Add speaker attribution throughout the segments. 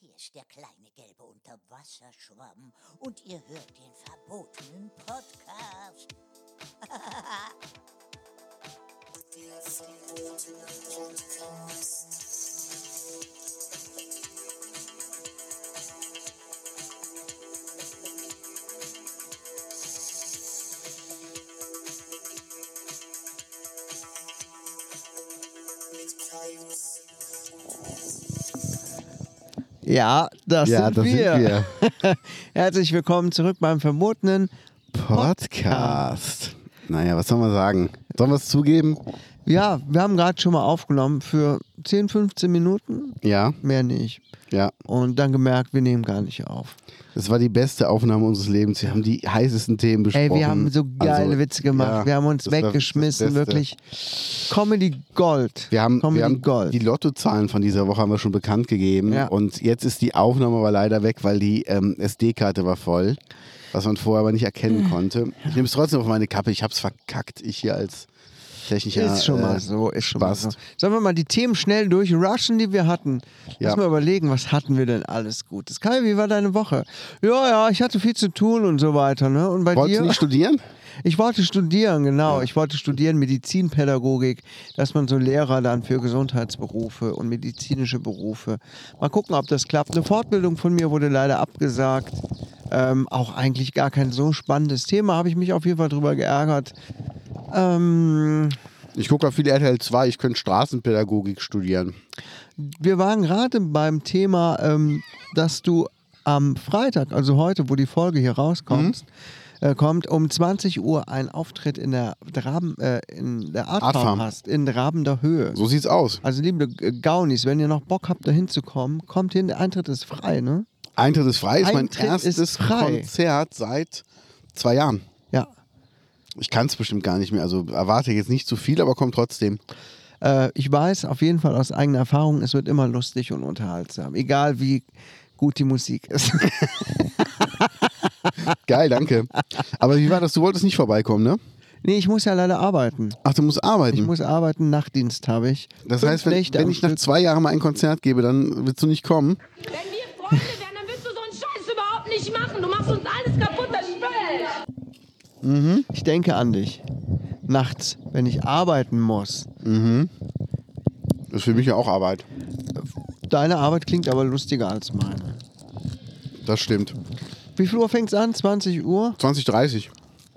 Speaker 1: Fleisch, der kleine gelbe Unterwasserschwamm. Und ihr hört den verbotenen Podcast.
Speaker 2: Der verbotene Podcast.
Speaker 3: Ja, das,
Speaker 4: Ja,
Speaker 3: sind,
Speaker 4: das sind
Speaker 3: wir.
Speaker 4: wir.
Speaker 3: Herzlich willkommen zurück beim verbotenen.
Speaker 4: Podcast. Naja, was soll man sagen? Sollen wir es zugeben?
Speaker 3: Ja, wir haben gerade schon mal aufgenommen für 10, 15 Minuten,
Speaker 4: Ja,
Speaker 3: mehr nicht.
Speaker 4: ja.
Speaker 3: Und dann gemerkt, wir nehmen gar nicht auf.
Speaker 4: Das war die beste Aufnahme unseres Lebens. Wir haben die heißesten Themen besprochen.
Speaker 3: Ey, wir haben so geile
Speaker 4: Also,
Speaker 3: Witze gemacht.
Speaker 4: ja,
Speaker 3: wir haben uns
Speaker 4: das war das
Speaker 3: weggeschmissen,
Speaker 4: Beste.
Speaker 3: wirklich. Comedy Gold.
Speaker 4: Wir haben,
Speaker 3: Comedy
Speaker 4: wir haben
Speaker 3: Gold.
Speaker 4: die Lottozahlen von dieser Woche haben wir schon bekannt gegeben.
Speaker 3: Ja.
Speaker 4: Und jetzt ist die Aufnahme aber leider weg, weil die ähm, SD-Karte war voll, was man vorher aber nicht erkennen konnte. Ich nehme es trotzdem auf meine Kappe. Ich habe es verkackt. Ich hier als Techniker.
Speaker 3: ist schon mal
Speaker 4: äh,
Speaker 3: so, ist schon mal so.
Speaker 4: Spast.
Speaker 3: Sollen wir mal die Themen schnell durchrushen, die wir hatten?
Speaker 4: Ja.
Speaker 3: Lass mal überlegen, was hatten wir denn alles Gutes? Kai, wie war deine Woche? Ja, ja, ich hatte viel zu tun und so weiter, ne? Und bei
Speaker 4: Wolltest
Speaker 3: dir?
Speaker 4: du nicht studieren?
Speaker 3: Ich wollte studieren, genau. Ich wollte studieren Medizinpädagogik, dass man so Lehrer dann für Gesundheitsberufe und medizinische Berufe. Mal gucken, ob das klappt. Eine Fortbildung von mir wurde leider abgesagt. Ähm, auch eigentlich gar kein so spannendes Thema, habe ich mich auf jeden Fall drüber geärgert. Ähm,
Speaker 4: Ich gucke auf viel RTL 2. Ich könnte Straßenpädagogik studieren.
Speaker 3: wir waren gerade beim Thema, ähm, dass du am Freitag, also heute, wo die Folge hier rauskommt,
Speaker 4: Mhm.
Speaker 3: äh, kommt um 20 Uhr ein Auftritt in der Draben, äh, in der Art
Speaker 4: Art
Speaker 3: Farm
Speaker 4: Farm.
Speaker 3: hast, in Drabender Höhe.
Speaker 4: So sieht's aus.
Speaker 3: Also liebe äh, Gaunis, wenn ihr noch Bock habt, da hinzukommen, kommt hin, der Eintritt ist frei, ne?
Speaker 4: Eintritt ist frei, ist mein
Speaker 3: Eintritt
Speaker 4: erstes
Speaker 3: ist frei.
Speaker 4: Konzert seit zwei Jahren.
Speaker 3: Ja.
Speaker 4: Ich kann es bestimmt gar nicht mehr. Also erwarte jetzt nicht zu viel, aber kommt trotzdem.
Speaker 3: Äh, ich weiß auf jeden Fall aus eigener Erfahrung, es wird immer lustig und unterhaltsam. Egal wie gut die Musik ist.
Speaker 4: Geil, danke. Aber wie war das? Du wolltest nicht vorbeikommen, ne?
Speaker 3: nee, ich muss ja leider arbeiten.
Speaker 4: Ach, du musst arbeiten.
Speaker 3: Ich muss arbeiten, Nachtdienst habe ich.
Speaker 4: Hm. das
Speaker 3: Fünf
Speaker 4: heißt, wenn,
Speaker 3: Nächte
Speaker 4: wenn
Speaker 3: am
Speaker 4: ich nach
Speaker 3: Stück.
Speaker 4: zwei Jahren mal ein Konzert gebe, dann willst du nicht kommen.
Speaker 5: Wenn wir Freunde wären, dann würdest du so einen Scheiß überhaupt nicht machen. Du machst uns alles kaputt, das schwöre ich.
Speaker 3: Ich denke an dich. Nachts, wenn ich arbeiten muss.
Speaker 4: Das ist für mich ja auch Arbeit.
Speaker 3: Deine Arbeit klingt aber lustiger als meine.
Speaker 4: Das stimmt.
Speaker 3: Wie viel Uhr fängt's an? 20 Uhr?
Speaker 4: 2030.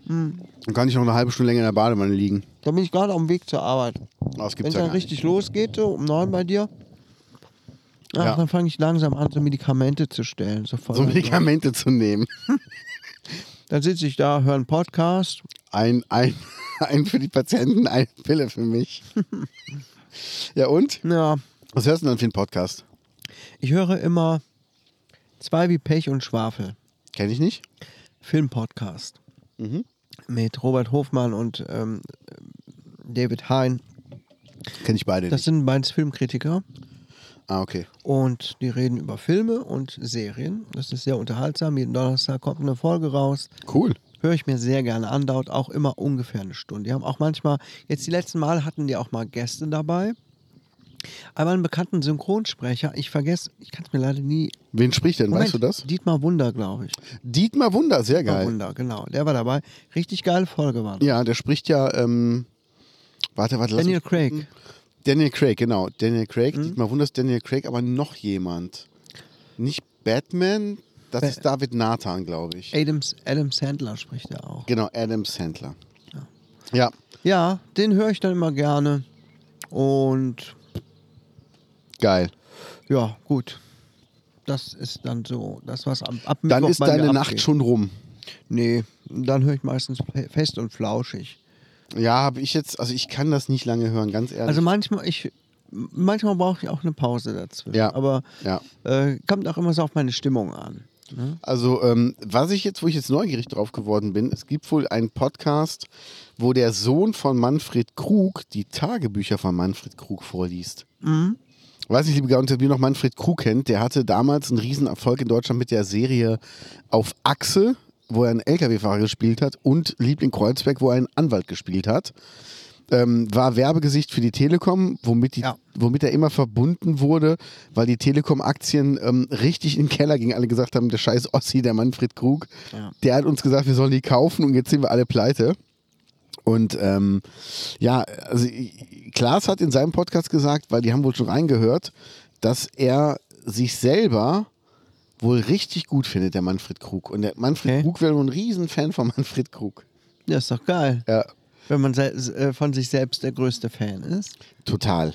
Speaker 3: Hm.
Speaker 4: Dann kann ich noch eine halbe Stunde länger in der Badewanne liegen.
Speaker 3: Da bin ich gerade auf dem Weg zur Arbeit.
Speaker 4: Oh, das
Speaker 3: Wenn
Speaker 4: gibt's
Speaker 3: es
Speaker 4: ja
Speaker 3: dann
Speaker 4: gar nicht.
Speaker 3: richtig losgeht, so um neun bei dir, ach,
Speaker 4: Ja.
Speaker 3: dann fange ich langsam an, so Medikamente zu stellen. So voll-
Speaker 4: So Medikamente zu nehmen.
Speaker 3: Dann sitze ich da, höre einen Podcast.
Speaker 4: Ein, ein, ein für die Patienten, eine Pille für mich. ja und?
Speaker 3: Ja,
Speaker 4: Was hörst du denn dann für einen Podcast?
Speaker 3: ich höre immer zwei wie Pech und Schwafel.
Speaker 4: Kenne ich nicht.
Speaker 3: Filmpodcast.
Speaker 4: Mhm.
Speaker 3: Mit Robert Hofmann und ähm, David Hein.
Speaker 4: Kenne ich beide
Speaker 3: Das
Speaker 4: nicht.
Speaker 3: sind beides Filmkritiker.
Speaker 4: Ah, okay.
Speaker 3: Und die reden über Filme und Serien. Das ist sehr unterhaltsam. Jeden Donnerstag kommt eine Folge raus.
Speaker 4: Cool.
Speaker 3: Höre ich mir sehr gerne an, dauert auch immer ungefähr eine Stunde. Die haben auch manchmal, jetzt die letzten Mal hatten die auch mal Gäste dabei. Aber einen bekannten Synchronsprecher, ich vergesse, ich kann es mir leider nie.
Speaker 4: Wen spricht denn? weißt du
Speaker 3: Moment,
Speaker 4: das?
Speaker 3: Dietmar Wunder, glaube ich.
Speaker 4: Dietmar Wunder, sehr
Speaker 3: Dietmar
Speaker 4: geil.
Speaker 3: Wunder, genau. Der war dabei. Richtig geile Folge war das.
Speaker 4: Ja, der spricht ja. Ähm, warte, warte, lass
Speaker 3: Daniel
Speaker 4: mich-
Speaker 3: Craig. Mhm.
Speaker 4: Daniel Craig, genau. Daniel Craig. Dietmar Wunder ist Daniel Craig, aber noch jemand. Nicht Batman, das
Speaker 3: Ba-
Speaker 4: ist David Nathan, glaube ich.
Speaker 3: Adam, Adam Sandler spricht er auch.
Speaker 4: Genau, Adam Sandler. Ja.
Speaker 3: Ja, den höre ich dann immer gerne. Und
Speaker 4: geil.
Speaker 3: Ja, gut. Das ist dann so, das was ab, ab
Speaker 4: Dann
Speaker 3: Mittwoch
Speaker 4: ist
Speaker 3: bei mir
Speaker 4: deine
Speaker 3: abgeht.
Speaker 4: Nacht schon rum.
Speaker 3: Nee, dann höre ich meistens fe- fest und flauschig.
Speaker 4: Ja, habe ich jetzt, also ich kann das nicht lange hören, ganz ehrlich.
Speaker 3: Also manchmal, ich, manchmal brauche ich auch eine Pause dazwischen.
Speaker 4: Ja,
Speaker 3: Aber
Speaker 4: ja.
Speaker 3: Äh, kommt auch immer so auf meine Stimmung an.
Speaker 4: Also, ähm, was ich jetzt, wo ich jetzt neugierig drauf geworden bin, es gibt wohl einen Podcast, wo der Sohn von Manfred Krug die Tagebücher von Manfred Krug vorliest. Weiß nicht, liebe Gaunis, ob ihr noch Manfred Krug kennt. Der hatte damals einen Riesenerfolg in Deutschland mit der Serie Auf Achse, wo er einen LKW-Fahrer gespielt hat, und Liebling Kreuzberg, wo er einen Anwalt gespielt hat. ähm, war Werbegesicht für die Telekom, womit, die,
Speaker 3: Ja.
Speaker 4: womit er immer verbunden wurde, weil die Telekom-Aktien ähm, richtig in den Keller gingen. Alle gesagt haben, der scheiß Ossi, der Manfred Krug, der hat uns gesagt, wir sollen die kaufen und jetzt sind wir alle pleite. Und ähm, ja, also ich- Klaas hat in seinem Podcast gesagt, weil die haben wohl schon reingehört, dass er sich selber wohl richtig gut findet, der Manfred Krug. Und der Manfred
Speaker 3: Okay.
Speaker 4: Krug wäre wohl ein Riesenfan von Manfred Krug.
Speaker 3: Das ist doch geil.
Speaker 4: Ja,
Speaker 3: Wenn man se äh, von sich selbst der größte Fan ist.
Speaker 4: Total.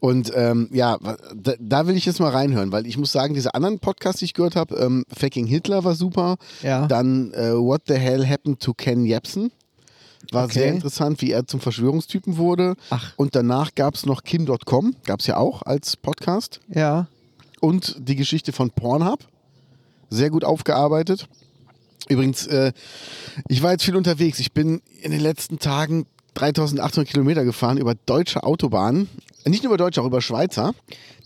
Speaker 4: Und ähm, ja, wa- da, da will ich jetzt mal reinhören, weil ich muss sagen, diese anderen Podcasts, die ich gehört habe, ähm, Fucking Hitler war super.
Speaker 3: Ja.
Speaker 4: Dann äh, What the Hell Happened to Ken Jebsen. War
Speaker 3: Okay.
Speaker 4: sehr interessant, wie er zum Verschwörungstypen wurde.
Speaker 3: Ach.
Speaker 4: Und danach gab es noch Kim.com, gab es ja auch als Podcast.
Speaker 3: Ja.
Speaker 4: Und die Geschichte von Pornhub. Sehr gut aufgearbeitet. Übrigens, äh, ich war jetzt viel unterwegs. Ich bin in den letzten Tagen 3800 Kilometer gefahren über deutsche Autobahnen. Nicht nur über deutsche, auch über Schweizer.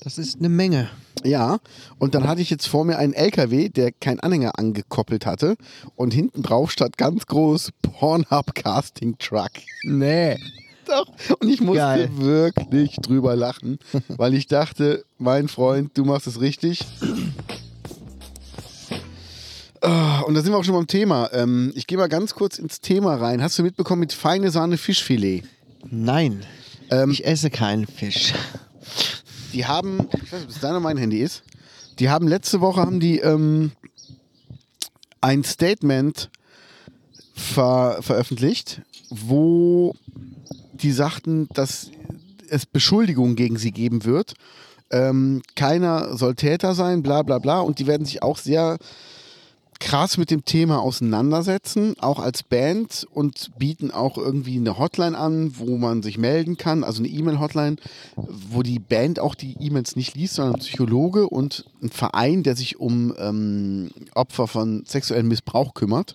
Speaker 3: Das ist eine Menge.
Speaker 4: Ja, und dann hatte ich jetzt vor mir einen LKW, der keinen Anhänger angekoppelt hatte. Und hinten drauf stand ganz groß Pornhub Casting Truck.
Speaker 3: Nee.
Speaker 4: Doch. Und ich musste
Speaker 3: Geil.
Speaker 4: wirklich drüber lachen, weil ich dachte, mein Freund, du machst es richtig. Ah, Und da sind wir auch schon beim Thema. Ähm, Ich gehe mal ganz kurz ins Thema rein. Hast du mitbekommen mit feine Sahne Fischfilet?
Speaker 3: Nein.
Speaker 4: Ähm.
Speaker 3: ich esse keinen Fisch.
Speaker 4: Die haben, ich weiß nicht, ob es dein oder mein Handy ist, die haben letzte Woche haben die ähm, ein Statement ver veröffentlicht, wo die sagten, dass es Beschuldigungen gegen sie geben wird. Ähm, keiner soll Täter sein, bla bla bla. Und die werden sich auch sehr krass mit dem Thema auseinandersetzen, auch als Band und bieten auch irgendwie eine Hotline an, wo man sich melden kann, also eine E-Mail-Hotline, wo die Band auch die E-Mails nicht liest, sondern ein Psychologe und ein Verein, der sich um ähm, Opfer von sexuellem Missbrauch kümmert.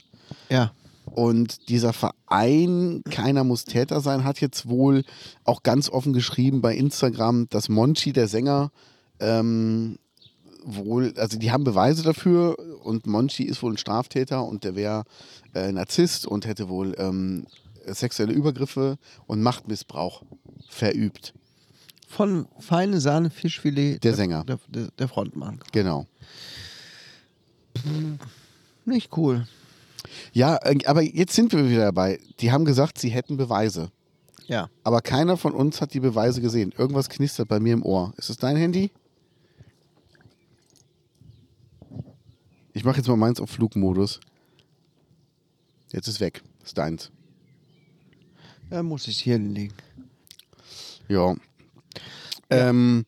Speaker 3: Ja.
Speaker 4: Und dieser Verein, keiner muss Täter sein, hat jetzt wohl auch ganz offen geschrieben bei Instagram, dass Monchi, der Sänger, ähm, wohl, also die haben Beweise dafür und Monchi ist wohl ein Straftäter und der wäre äh, Narzisst und hätte wohl ähm, sexuelle Übergriffe und Machtmissbrauch verübt.
Speaker 3: Von feine Sahne Fischfilet.
Speaker 4: Der Sänger.
Speaker 3: Der, der, der Frontmann.
Speaker 4: Genau.
Speaker 3: Nicht cool.
Speaker 4: Ja, äh, aber jetzt sind wir wieder dabei. Die haben gesagt, sie hätten Beweise.
Speaker 3: Ja.
Speaker 4: Aber keiner von uns hat die Beweise gesehen. Irgendwas knistert bei mir im Ohr. Ist es dein Handy? Ich mache jetzt mal meins auf Flugmodus. Jetzt ist weg. Ist deins.
Speaker 3: Da muss ich hier hinlegen.
Speaker 4: Ja. Ähm,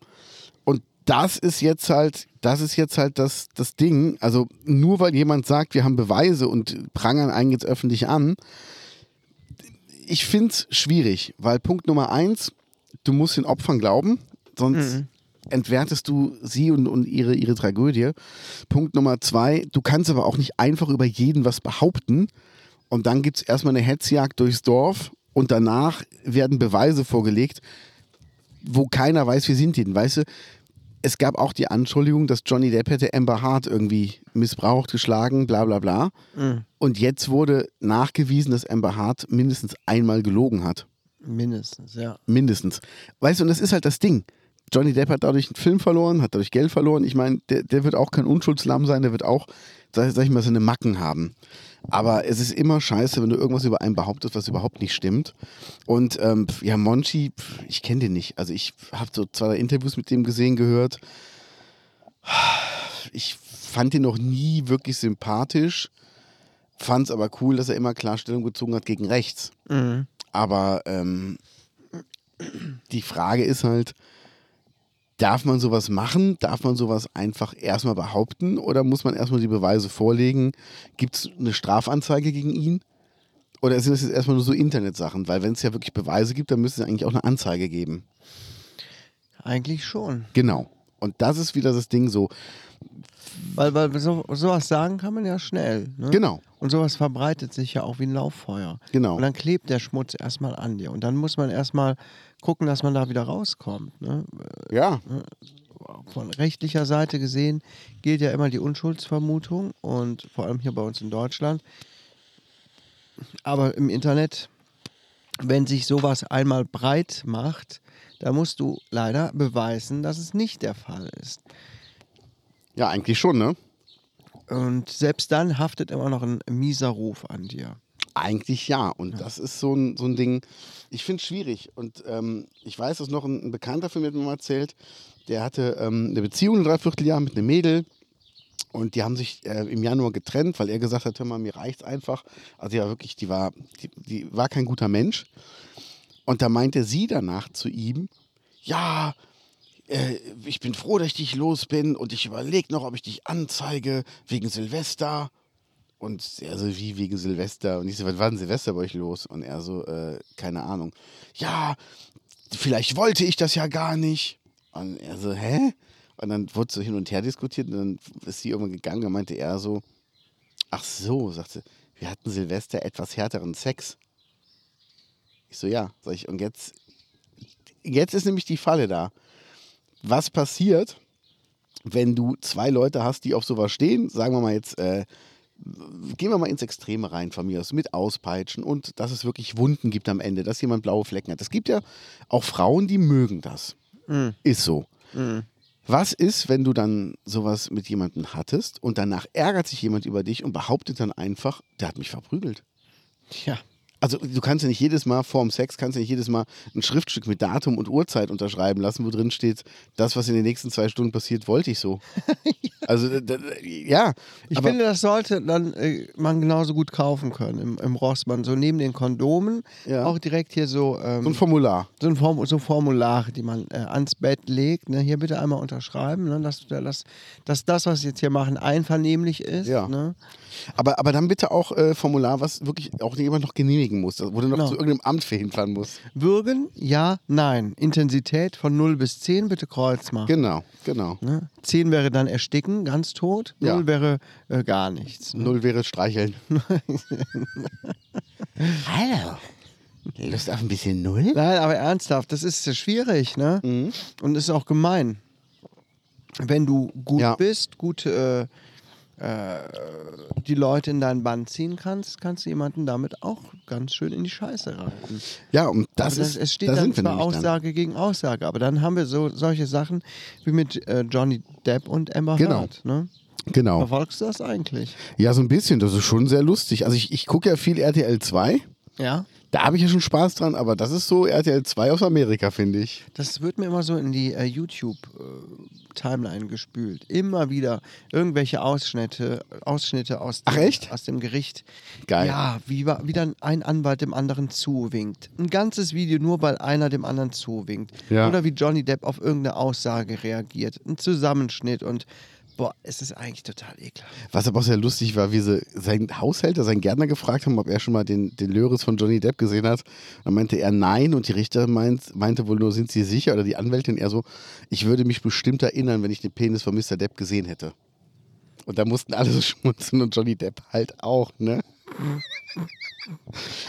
Speaker 4: und das ist jetzt halt, das ist jetzt halt das, das Ding. Also nur weil jemand sagt, wir haben Beweise und prangern einen jetzt öffentlich an, ich finde es schwierig, weil Punkt Nummer eins, du musst den Opfern glauben, sonst entwertest du sie und, und ihre, ihre Tragödie. Punkt Nummer zwei, du kannst aber auch nicht einfach über jeden was behaupten, und dann gibt es erstmal eine Hetzjagd durchs Dorf und danach werden Beweise vorgelegt, wo keiner weiß, wir sind die. Weißt du, es gab auch die Anschuldigung, dass Johnny Depp hätte Amber Hart irgendwie missbraucht, geschlagen, bla bla bla. Und jetzt wurde nachgewiesen, dass Amber Hart mindestens einmal gelogen hat.
Speaker 3: Mindestens, ja.
Speaker 4: Mindestens. Weißt du, und das ist halt das Ding. Johnny Depp hat dadurch einen Film verloren, hat dadurch Geld verloren. Ich meine, der, der wird auch kein Unschuldslamm sein, der wird auch, sag, sag ich mal, seine Macken haben. Aber es ist immer scheiße, wenn du irgendwas über einen behauptest, was überhaupt nicht stimmt. Und ähm, pf, ja, Monchi, pf, ich kenne den nicht. Also ich habe so zwei drei Interviews mit dem gesehen, gehört. Ich fand den noch nie wirklich sympathisch. Fand es aber cool, dass er immer klar Stellung gezogen hat gegen rechts. Aber ähm, die Frage ist halt, darf man sowas machen? Darf man sowas einfach erstmal behaupten? Oder muss man erstmal die Beweise vorlegen? Gibt es eine Strafanzeige gegen ihn? Oder sind das jetzt erstmal nur so Internetsachen? Weil wenn es ja wirklich Beweise gibt, dann müsste es eigentlich auch eine Anzeige geben.
Speaker 3: Eigentlich schon.
Speaker 4: Genau. Und das ist wieder das Ding so.
Speaker 3: Weil, weil so, sowas sagen kann man ja schnell. Ne?
Speaker 4: Genau.
Speaker 3: Und sowas verbreitet sich ja auch wie ein Lauffeuer.
Speaker 4: Genau.
Speaker 3: Und dann klebt der Schmutz erstmal an dir. Und dann muss man erstmal gucken, dass man da wieder rauskommt. Ne?
Speaker 4: Ja.
Speaker 3: Von rechtlicher Seite gesehen gilt ja immer die Unschuldsvermutung und vor allem hier bei uns in Deutschland. Aber im Internet wenn sich sowas einmal breit macht, da musst du leider beweisen, dass es nicht der Fall ist.
Speaker 4: Ja, eigentlich schon, ne?
Speaker 3: Und selbst dann haftet immer noch ein mieser Ruf an dir.
Speaker 4: Eigentlich ja. Und das ist so ein, so ein Ding, ich finde es schwierig. Und ähm, ich weiß, dass noch ein, ein Bekannter von mir hat mir mal erzählt, der hatte ähm, eine Beziehung ein Dreivierteljahr mit einem Mädel. Und die haben sich äh, im Januar getrennt, weil er gesagt hat, hör mal, mir reicht's einfach. Also ja, wirklich, die war, die, die war kein guter Mensch. Und da meinte sie danach zu ihm, ja, äh, ich bin froh, dass ich dich los bin und ich überlege noch, ob ich dich anzeige wegen Silvester. Und er so, wie wegen Silvester? Und ich so, was war denn Silvester bei euch los? Und er so, äh, keine Ahnung. Ja, vielleicht wollte ich das ja gar nicht. Und er so, hä? Und dann wurde so hin und her diskutiert und dann ist sie irgendwann gegangen und meinte er so, ach so, sagte, wir hatten Silvester etwas härteren Sex. Ich so, ja, sag ich, und jetzt, jetzt ist nämlich die Falle da. Was passiert, wenn du zwei Leute hast, die auf sowas stehen, sagen wir mal jetzt, äh, gehen wir mal ins Extreme rein von mir aus, mit Auspeitschen und dass es wirklich Wunden gibt am Ende, dass jemand blaue Flecken hat. Es gibt ja auch Frauen, die mögen das.
Speaker 3: Mhm.
Speaker 4: Ist so. Was ist, wenn du dann sowas mit jemandem hattest und danach ärgert sich jemand über dich und behauptet dann einfach, der hat mich verprügelt?
Speaker 3: Tja.
Speaker 4: Also du kannst ja nicht jedes Mal vorm Sex, kannst ja nicht jedes Mal ein Schriftstück mit Datum und Uhrzeit unterschreiben lassen, wo drin steht, das, was in den nächsten zwei Stunden passiert, wollte ich so. Also d- d- ja,
Speaker 3: Ich
Speaker 4: aber
Speaker 3: finde, das sollte dann äh, man genauso gut kaufen können im, im Rossmann. So neben den Kondomen
Speaker 4: Ja.
Speaker 3: auch direkt hier so, ähm,
Speaker 4: so ein Formular.
Speaker 3: so, ein Form so Formulare, die man äh, ans Bett legt. Ne? Hier bitte einmal unterschreiben, ne? dass, du da- dass, dass das, was wir jetzt hier machen, einvernehmlich ist.
Speaker 4: Ja.
Speaker 3: Ne?
Speaker 4: Aber, aber dann bitte auch äh, Formular, was wirklich auch jemand noch genehmigen muss, wo du noch
Speaker 3: Genau.
Speaker 4: zu irgendeinem Amt für hinfahren musst.
Speaker 3: Würgen, ja, nein. Intensität von 0 bis 10, bitte Kreuz machen.
Speaker 4: Genau, genau.
Speaker 3: ne? 10 wäre dann ersticken, ganz tot. 0
Speaker 4: Ja.
Speaker 3: wäre äh, gar nichts. Ne?
Speaker 4: Null wäre streicheln.
Speaker 1: Hallo.
Speaker 4: Lust auf ein bisschen Null?
Speaker 3: Nein, aber ernsthaft, das ist sehr schwierig, ne?
Speaker 4: Mhm.
Speaker 3: Und ist auch gemein. Wenn du gut
Speaker 4: Ja.
Speaker 3: bist, gut äh, äh, die Leute in deinen Bann ziehen kannst, kannst du jemanden damit auch ganz schön in die Scheiße reiten.
Speaker 4: Ja, und
Speaker 3: Das
Speaker 4: das,
Speaker 3: das,
Speaker 4: ist,
Speaker 3: es steht
Speaker 4: da
Speaker 3: dann
Speaker 4: sind wir
Speaker 3: zwar
Speaker 4: nämlich dann.
Speaker 3: Aussage gegen Aussage, aber dann haben wir so solche Sachen wie mit äh, Johnny Depp und Amber
Speaker 4: Genau.
Speaker 3: Heard. Ne?
Speaker 4: Genau.
Speaker 3: Verfolgst du das eigentlich?
Speaker 4: Ja, so ein bisschen. Das ist schon sehr lustig. Also ich, ich gucke ja viel RTL 2.
Speaker 3: Ja.
Speaker 4: Da habe ich ja schon Spaß dran, aber das ist so RTL 2 aus Amerika, finde ich.
Speaker 3: Das wird mir immer so in die äh, YouTube-Timeline gespült. Immer wieder irgendwelche Ausschnitte, Ausschnitte aus dem,
Speaker 4: Ach, echt?
Speaker 3: aus dem Gericht.
Speaker 4: Geil.
Speaker 3: Ja, wie, wa- wie dann ein Anwalt dem anderen zuwinkt. Ein ganzes Video nur, weil einer dem anderen zuwinkt.
Speaker 4: Ja.
Speaker 3: Oder wie Johnny Depp auf irgendeine Aussage reagiert. Ein Zusammenschnitt und boah, es ist eigentlich total ekelhaft.
Speaker 4: Was aber auch sehr lustig war, wie sie seinen Haushälter, seinen Gärtner gefragt haben, ob er schon mal den, den Löris von Johnny Depp gesehen hat. Dann meinte er nein und die Richter meint, meinte wohl nur, sind sie sicher? Oder die Anwältin eher so, ich würde mich bestimmt erinnern, wenn ich den Penis von Mr. Depp gesehen hätte. Und da mussten alle so schmunzeln und Johnny Depp halt auch, ne?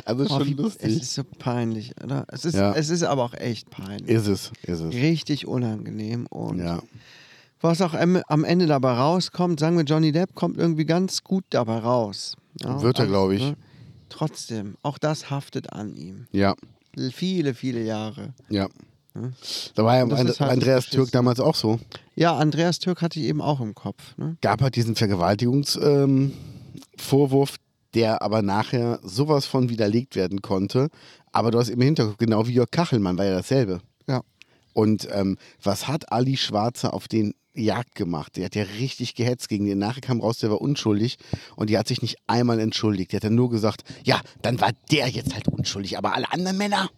Speaker 4: Also
Speaker 3: Boah,
Speaker 4: schon
Speaker 3: wie, es
Speaker 4: lustig.
Speaker 3: ist so peinlich, oder? Es ist,
Speaker 4: Ja.
Speaker 3: es ist aber auch echt peinlich.
Speaker 4: Ist es, ist es.
Speaker 3: Richtig unangenehm und
Speaker 4: Ja.
Speaker 3: Was auch am am Ende dabei rauskommt, sagen wir, Johnny Depp kommt irgendwie ganz gut dabei raus. Ja,
Speaker 4: Wird er,
Speaker 3: alles,
Speaker 4: glaub ich.
Speaker 3: ne? Trotzdem, auch das haftet an ihm.
Speaker 4: Ja.
Speaker 3: Viele, viele Jahre.
Speaker 4: Ja. Da war ja
Speaker 3: Das
Speaker 4: And
Speaker 3: ist halt
Speaker 4: Andreas
Speaker 3: beschissen.
Speaker 4: Türk damals auch so.
Speaker 3: Ja, Andreas Türk hatte ich eben auch im Kopf. Ne?
Speaker 4: Gab halt diesen Vergewaltigungsvorwurf, ähm, Vorwurf, der aber nachher sowas von widerlegt werden konnte. Aber du hast im Hinterkopf, genau wie Jörg Kachelmann, war ja dasselbe.
Speaker 3: Ja.
Speaker 4: Und ähm, was hat Ali Schwarzer auf den Jagd gemacht? Der hat ja richtig gehetzt gegen den. Nachher kam raus, der war unschuldig und die hat sich nicht einmal entschuldigt. Die hat dann nur gesagt, ja, dann war der jetzt halt unschuldig, aber alle anderen Männer.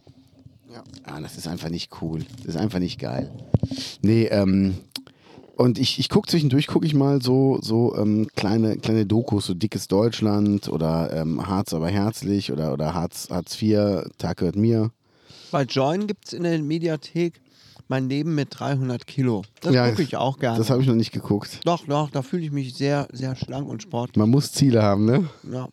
Speaker 4: Ja. Ah, das ist einfach nicht cool. Das ist einfach nicht geil. Nee, ähm, und ich, ich gucke zwischendurch, gucke ich mal so, so ähm, kleine, kleine Dokus, so Dickes Deutschland oder ähm, Harz aber herzlich oder, oder Harz, Harz IV, Tag gehört mir.
Speaker 3: Bei Join gibt es in der Mediathek mein Leben mit 300 Kilo. Das
Speaker 4: Ja,
Speaker 3: gucke ich auch gerne.
Speaker 4: Das habe ich noch nicht geguckt.
Speaker 3: doch, doch, da fühle ich mich sehr, sehr schlank und sportlich.
Speaker 4: Man muss Ziele haben, ne?
Speaker 3: Ja.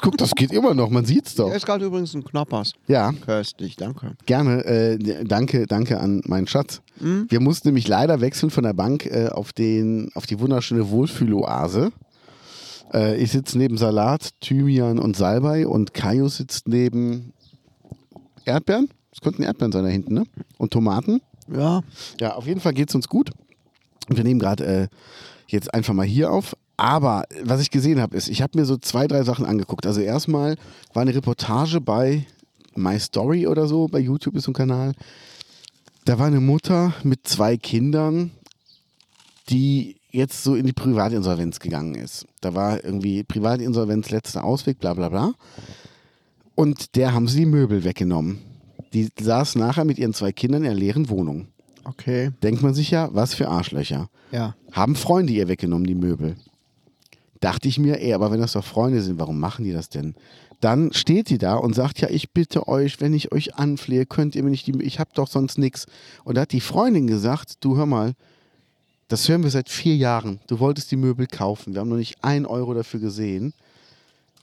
Speaker 4: Guck, das geht immer noch, man sieht's doch.
Speaker 3: Hier ist gerade übrigens ein Knoppers.
Speaker 4: Ja,
Speaker 3: Köstlich, danke.
Speaker 4: gerne. Äh, danke, danke an meinen Schatz. Wir mussten nämlich leider wechseln von der Bank äh, auf, den, auf die wunderschöne Wohlfühloase. Äh, ich sitze neben Salat, Thymian und Salbei und Kaio sitzt neben Erdbeeren. Es könnten Erdbeeren sein da hinten, ne? Und Tomaten.
Speaker 3: Ja.
Speaker 4: Ja, auf jeden Fall geht es uns gut. Wir nehmen gerade äh, jetzt einfach mal hier auf. Aber äh, was ich gesehen habe, ist, ich habe mir so zwei, drei Sachen angeguckt. Also erstmal war eine Reportage bei My Story oder so, bei YouTube ist so ein Kanal. Da war eine Mutter mit zwei Kindern, die jetzt so in die Privatinsolvenz gegangen ist. Da war irgendwie Privatinsolvenz letzter Ausweg, bla bla bla. Und der haben sie die Möbel weggenommen. Die saß nachher mit ihren zwei Kindern in einer leeren Wohnung
Speaker 3: Okay.
Speaker 4: denkt man sich ja, was für Arschlöcher.
Speaker 3: Ja.
Speaker 4: Haben Freunde ihr weggenommen, die Möbel. Dachte ich mir, ey, aber wenn das doch Freunde sind, warum machen die das denn? Dann steht die da und sagt, ja, ich bitte euch, wenn ich euch anflehe, könnt ihr mir nicht die, ich hab doch sonst nix. Und da hat die Freundin gesagt, du hör mal, das hören wir seit vier Jahren. Du wolltest die Möbel kaufen. Wir haben noch nicht einen Euro dafür gesehen.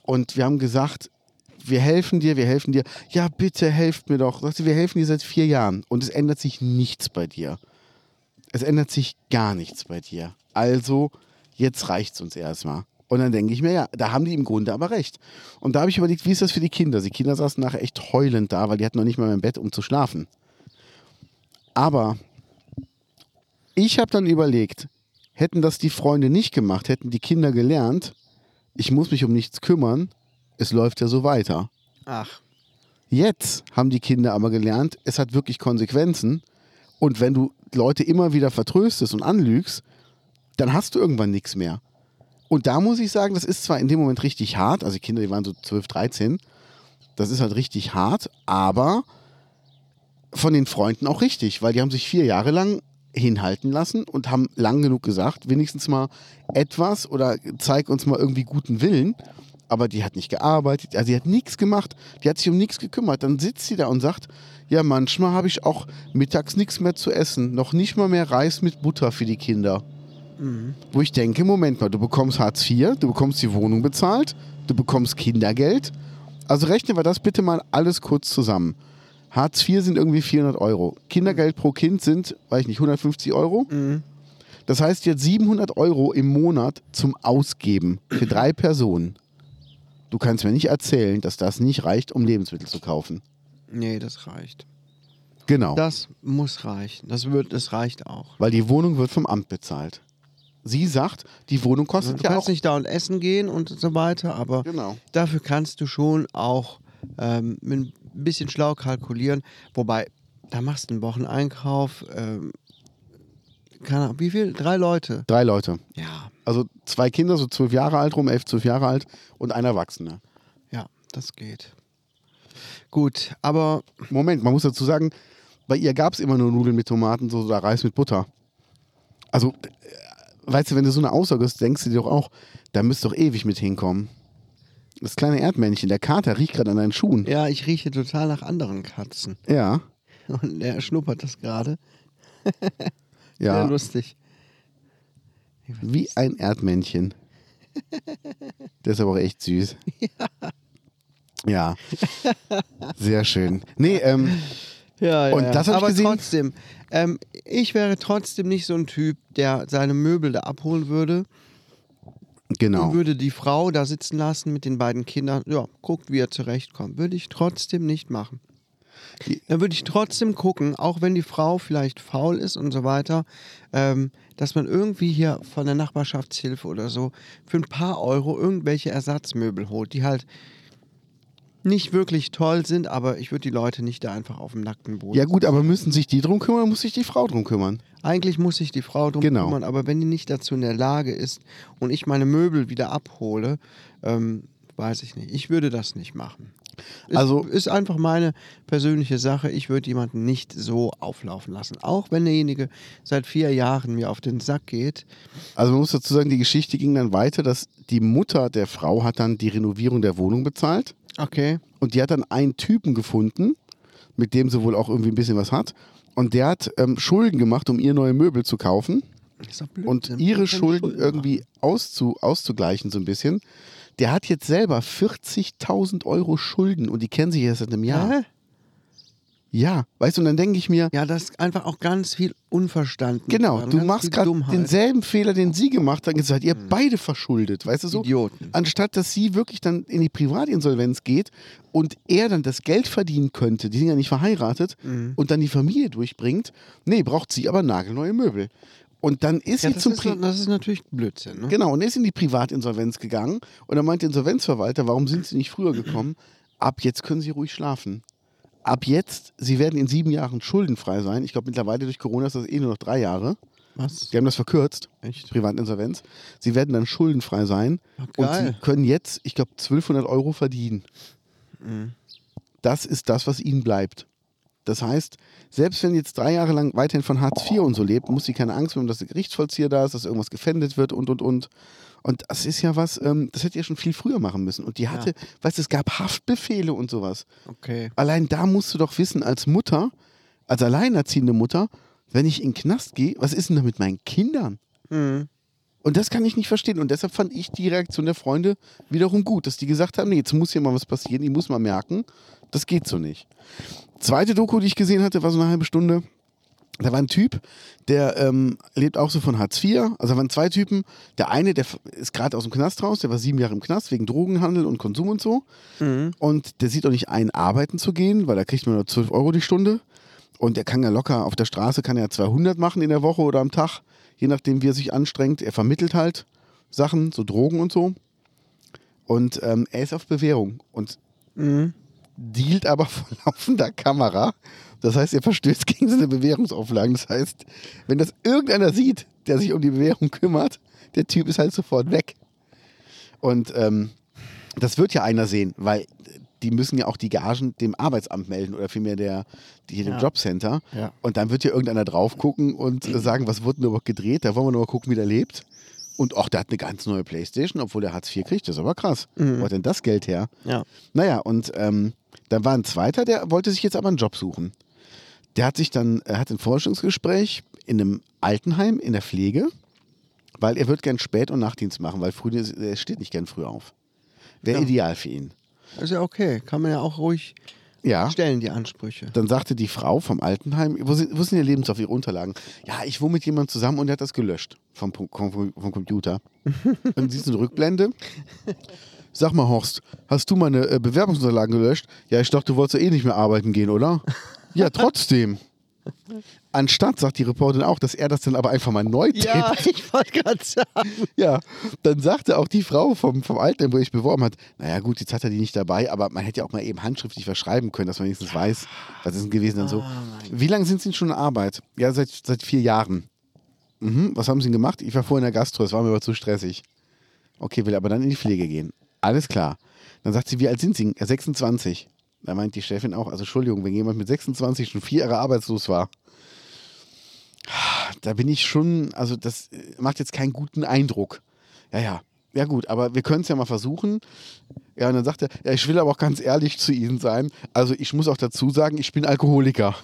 Speaker 4: Und wir haben gesagt, wir helfen dir, wir helfen dir. Ja, bitte helft mir doch. Sagt sie, wir helfen dir seit vier Jahren. Und es ändert sich nichts bei dir es ändert sich gar nichts bei dir. Also, jetzt reicht's uns erstmal. Und dann denke ich mir, ja, da haben die im Grunde aber recht. Und da habe ich überlegt, wie ist das für die Kinder? Die Kinder saßen nachher echt heulend da, weil die hatten noch nicht mal mehr im Bett, um zu schlafen. Aber ich habe dann überlegt, hätten das die Freunde nicht gemacht, hätten die Kinder gelernt, ich muss mich um nichts kümmern, es läuft ja so weiter.
Speaker 3: Ach.
Speaker 4: Jetzt haben die Kinder aber gelernt, es hat wirklich Konsequenzen. Und wenn du Leute immer wieder vertröstest und anlügst, dann hast du irgendwann nichts mehr. Und da muss ich sagen, das ist zwar in dem Moment richtig hart, also die Kinder, die waren so 12, 13, das ist halt richtig hart, aber von den Freunden auch richtig, weil die haben sich vier Jahre lang hinhalten lassen und haben lang genug gesagt, wenigstens mal etwas oder zeig uns mal irgendwie guten Willen. Aber die hat nicht gearbeitet, also die hat nichts gemacht, die hat sich um nichts gekümmert. Dann sitzt sie da und sagt, ja, manchmal habe ich auch mittags nichts mehr zu essen, noch nicht mal mehr Reis mit Butter für die Kinder. Wo ich denke, Moment mal, du bekommst Hartz IV, du bekommst die Wohnung bezahlt, du bekommst Kindergeld. Also rechnen wir das bitte mal alles kurz zusammen. Hartz IV sind irgendwie 400 Euro. Kindergeld pro Kind sind, weiß ich nicht, 150 Euro.
Speaker 3: Mhm.
Speaker 4: Das heißt jetzt 700 Euro im Monat zum Ausgeben für drei Personen. Du kannst mir nicht erzählen, dass das nicht reicht, um Lebensmittel zu kaufen.
Speaker 3: Nee, das reicht.
Speaker 4: Genau.
Speaker 3: Das muss reichen. Das wird, das reicht auch.
Speaker 4: Weil die Wohnung wird vom Amt bezahlt. Sie sagt, die Wohnung
Speaker 3: Du
Speaker 4: kostet ja auch.
Speaker 3: kannst nicht da und essen gehen und so weiter, aber
Speaker 4: Genau.
Speaker 3: dafür kannst du schon auch ähm, mit ein bisschen schlau kalkulieren. Wobei, da machst du einen Wocheneinkauf. Ähm, keine Ahnung, wie viel? Drei Leute.
Speaker 4: Drei Leute.
Speaker 3: Ja,
Speaker 4: Also zwei Kinder, so zwölf Jahre alt rum, elf, zwölf Jahre alt und ein Erwachsener.
Speaker 3: ja, das geht. Gut, aber
Speaker 4: Moment, man muss dazu sagen, bei ihr gab es immer nur Nudeln mit Tomaten so, oder Reis mit Butter. Also, äh, weißt du, wenn du so eine Aussage hast, denkst du dir doch auch, da müsst doch ewig mit hinkommen. Das kleine Erdmännchen, der Kater riecht gerade an deinen Schuhen.
Speaker 3: ja, ich rieche total nach anderen Katzen.
Speaker 4: Ja,
Speaker 3: Und er schnuppert das gerade. Sehr
Speaker 4: ja,
Speaker 3: lustig.
Speaker 4: wie ein Erdmännchen. Der ist aber auch echt süß. Ja. Sehr schön. Nee, ähm,
Speaker 3: Ja, ja,
Speaker 4: Und
Speaker 3: ja.
Speaker 4: das hab ich
Speaker 3: Aber
Speaker 4: gesehen-
Speaker 3: trotzdem, ähm, ich wäre trotzdem nicht so ein Typ, der seine Möbel da abholen würde und
Speaker 4: genau.
Speaker 3: würde die Frau da sitzen lassen mit den beiden Kindern. Ja, guckt, wie er zurechtkommt. Würde ich trotzdem nicht machen. Dann würde ich trotzdem gucken, auch wenn die Frau vielleicht faul ist und so weiter, ähm, dass man irgendwie hier von der Nachbarschaftshilfe oder so für ein paar Euro irgendwelche Ersatzmöbel holt, die halt nicht wirklich toll sind, aber ich würde die Leute nicht da einfach auf dem nackten Boden
Speaker 4: Ja gut, aber müssen sich die drum kümmern, muss sich die Frau drum kümmern.
Speaker 3: Eigentlich muss sich die Frau drum
Speaker 4: Genau.
Speaker 3: kümmern, aber wenn die nicht dazu in der Lage ist und ich meine Möbel wieder abhole, ähm, weiß ich nicht. Ich würde das nicht machen. Ist,
Speaker 4: Also-
Speaker 3: ist einfach meine persönliche Sache. Ich würde jemanden nicht so auflaufen lassen. Auch wenn derjenige seit vier Jahren mir auf den Sack geht.
Speaker 4: Also man muss dazu sagen, die Geschichte ging dann weiter, dass die Mutter der Frau hat dann die Renovierung der Wohnung bezahlt
Speaker 3: Okay.
Speaker 4: und die hat dann einen Typen gefunden, mit dem sie wohl auch irgendwie ein bisschen was hat und der hat ähm, Schulden gemacht, um ihr neue Möbel zu kaufen
Speaker 3: Ist doch blöd.
Speaker 4: und
Speaker 3: Dann
Speaker 4: ihre
Speaker 3: kann
Speaker 4: Schulden
Speaker 3: Schulden
Speaker 4: irgendwie auszu auszugleichen so ein bisschen. Der hat jetzt selber 40.000 Euro Schulden und die kennen sich erst seit einem
Speaker 3: machen.
Speaker 4: Jahr.
Speaker 3: Hä?
Speaker 4: Ja, weißt du, und dann denke ich mir,
Speaker 3: Ja, das ist einfach auch ganz viel Unverstanden.
Speaker 4: genau,
Speaker 3: Ganz
Speaker 4: du
Speaker 3: viel
Speaker 4: machst gerade
Speaker 3: Dummheit. Hm.
Speaker 4: denselben Fehler, den sie gemacht hat, und jetzt seid ihr beide verschuldet, weißt du so?
Speaker 3: Idioten.
Speaker 4: Anstatt dass sie wirklich dann in die Privatinsolvenz geht und er dann das Geld verdienen könnte, die sind ja nicht verheiratet,
Speaker 3: Hm.
Speaker 4: und dann die Familie durchbringt, nee, braucht sie aber nagelneue Möbel. Und dann ist
Speaker 3: Ja,
Speaker 4: sie
Speaker 3: das,
Speaker 4: zum
Speaker 3: ist,
Speaker 4: Pri-
Speaker 3: na- das ist natürlich Blödsinn. Ne?
Speaker 4: Genau, und er ist in die Privatinsolvenz gegangen und dann meinte der Insolvenzverwalter, warum sind Sie nicht früher gekommen? Ab jetzt können Sie ruhig schlafen. Ab jetzt, Sie werden in sieben Jahren schuldenfrei sein. Ich glaube, mittlerweile durch Corona ist das eh nur noch drei Jahre.
Speaker 3: Was?
Speaker 4: Die haben das verkürzt,
Speaker 3: Echt?
Speaker 4: Privatinsolvenz. Sie werden dann schuldenfrei sein und
Speaker 3: geil.
Speaker 4: Sie können jetzt, ich glaube, 1200 Euro verdienen. Das ist das, was Ihnen bleibt. Das heißt, selbst wenn jetzt drei Jahre lang weiterhin von Hartz IV und so lebt, muss sie keine Angst haben, dass der Gerichtsvollzieher da ist, dass irgendwas gefändet wird und, und, und. Und das ist ja was, ähm, das hätte ja schon viel früher machen müssen. Und die hatte, weißt du, es gab Haftbefehle und sowas.
Speaker 3: Okay.
Speaker 4: Allein da musst du doch wissen, als Mutter, als alleinerziehende Mutter, wenn ich in den Knast gehe, was ist denn da mit meinen Kindern? Und das kann ich nicht verstehen. Und deshalb fand ich die Reaktion der Freunde wiederum gut, dass die gesagt haben, nee, jetzt muss hier mal was passieren, ich muss mal merken, das geht so nicht. Zweite Doku, die ich gesehen hatte, war so eine halbe Stunde. Da war ein Typ, der ähm, lebt auch so von Hartz IV. Also da waren zwei Typen. Der eine, der f- ist gerade aus dem Knast raus, der war sieben Jahre im Knast wegen Drogenhandel und Konsum und so. Und der sieht auch nicht ein, arbeiten zu gehen, weil da kriegt man nur 12 Euro die Stunde. Und er kann ja locker auf der Straße, kann er 200 machen in der Woche oder am Tag, je nachdem, wie er sich anstrengt. Er vermittelt halt Sachen, so Drogen und so. Und ähm, er ist auf Bewährung und
Speaker 3: Mhm.
Speaker 4: dealt aber vor laufender Kamera. Das heißt, er verstößt gegen seine Bewährungsauflagen. Das heißt, wenn das irgendeiner sieht, der sich um die Bewährung kümmert, der Typ ist halt sofort weg. Und ähm, das wird ja einer sehen, weil die müssen ja auch die Gagen dem Arbeitsamt melden oder vielmehr der, die hier dem Jobcenter.
Speaker 3: Ja.
Speaker 4: Und dann wird ja irgendeiner drauf gucken und äh, sagen, was wurde denn überhaupt gedreht? Da wollen wir nur mal gucken, wie der lebt. Und auch der hat eine ganz neue Playstation, obwohl der Hartz IV kriegt. Das ist aber krass. Wo hat denn das Geld her?
Speaker 3: Ja.
Speaker 4: Naja, und ähm, dann war ein zweiter, der wollte sich jetzt aber einen Job suchen. Der hat sich dann, er hat ein Forschungsgespräch in einem Altenheim in der Pflege, weil er wird gern Spät- und Nachtdienst machen, weil früh, er steht nicht gern früh auf. Wäre ideal für ihn.
Speaker 3: Ist ja okay. Kann man ja auch ruhig
Speaker 4: Ja.
Speaker 3: stellen, die Ansprüche.
Speaker 4: Dann sagte die Frau vom Altenheim, wo sind, wo sind ihr Lebenslauf, ihre Unterlagen? Ja, ich wohne mit jemandem zusammen und der hat das gelöscht vom, Pu- vom, vom Computer. und siehst du eine Rückblende? Sag mal, Horst, hast du meine äh, Bewerbungsunterlagen gelöscht? Ja, ich dachte, du wolltest ja eh nicht mehr arbeiten gehen, oder? ja, trotzdem. Anstatt, sagt die Reporterin auch, dass er das dann aber einfach mal neu tätigt.
Speaker 3: ich wollte gerade sagen.
Speaker 4: Ja, dann sagte auch die Frau vom, vom Alten, wo ich beworben hat, naja gut, jetzt hat er die nicht dabei, aber man hätte ja auch mal eben handschriftlich verschreiben können, dass man wenigstens weiß, was ist denn gewesen dann so. Wie lange sind Sie denn schon in Arbeit? Ja, seit, seit vier Jahren. Mhm, was haben Sie denn gemacht? Ich war vorhin in der Gastro, es war mir aber zu stressig. Okay, will aber dann in die Pflege gehen. Alles klar. Dann sagt sie, wie alt sind Sie? Ja, 26. Da meint die Chefin auch, also Entschuldigung, wenn jemand mit 26 schon vier Jahre arbeitslos war, da bin ich schon, also das äh, macht jetzt keinen guten Eindruck. Ja, ja. Ja gut, aber wir können es ja mal versuchen. Ja, und dann sagt er, ja, ich will aber auch ganz ehrlich zu Ihnen sein. Also ich muss auch dazu sagen, ich bin Alkoholiker.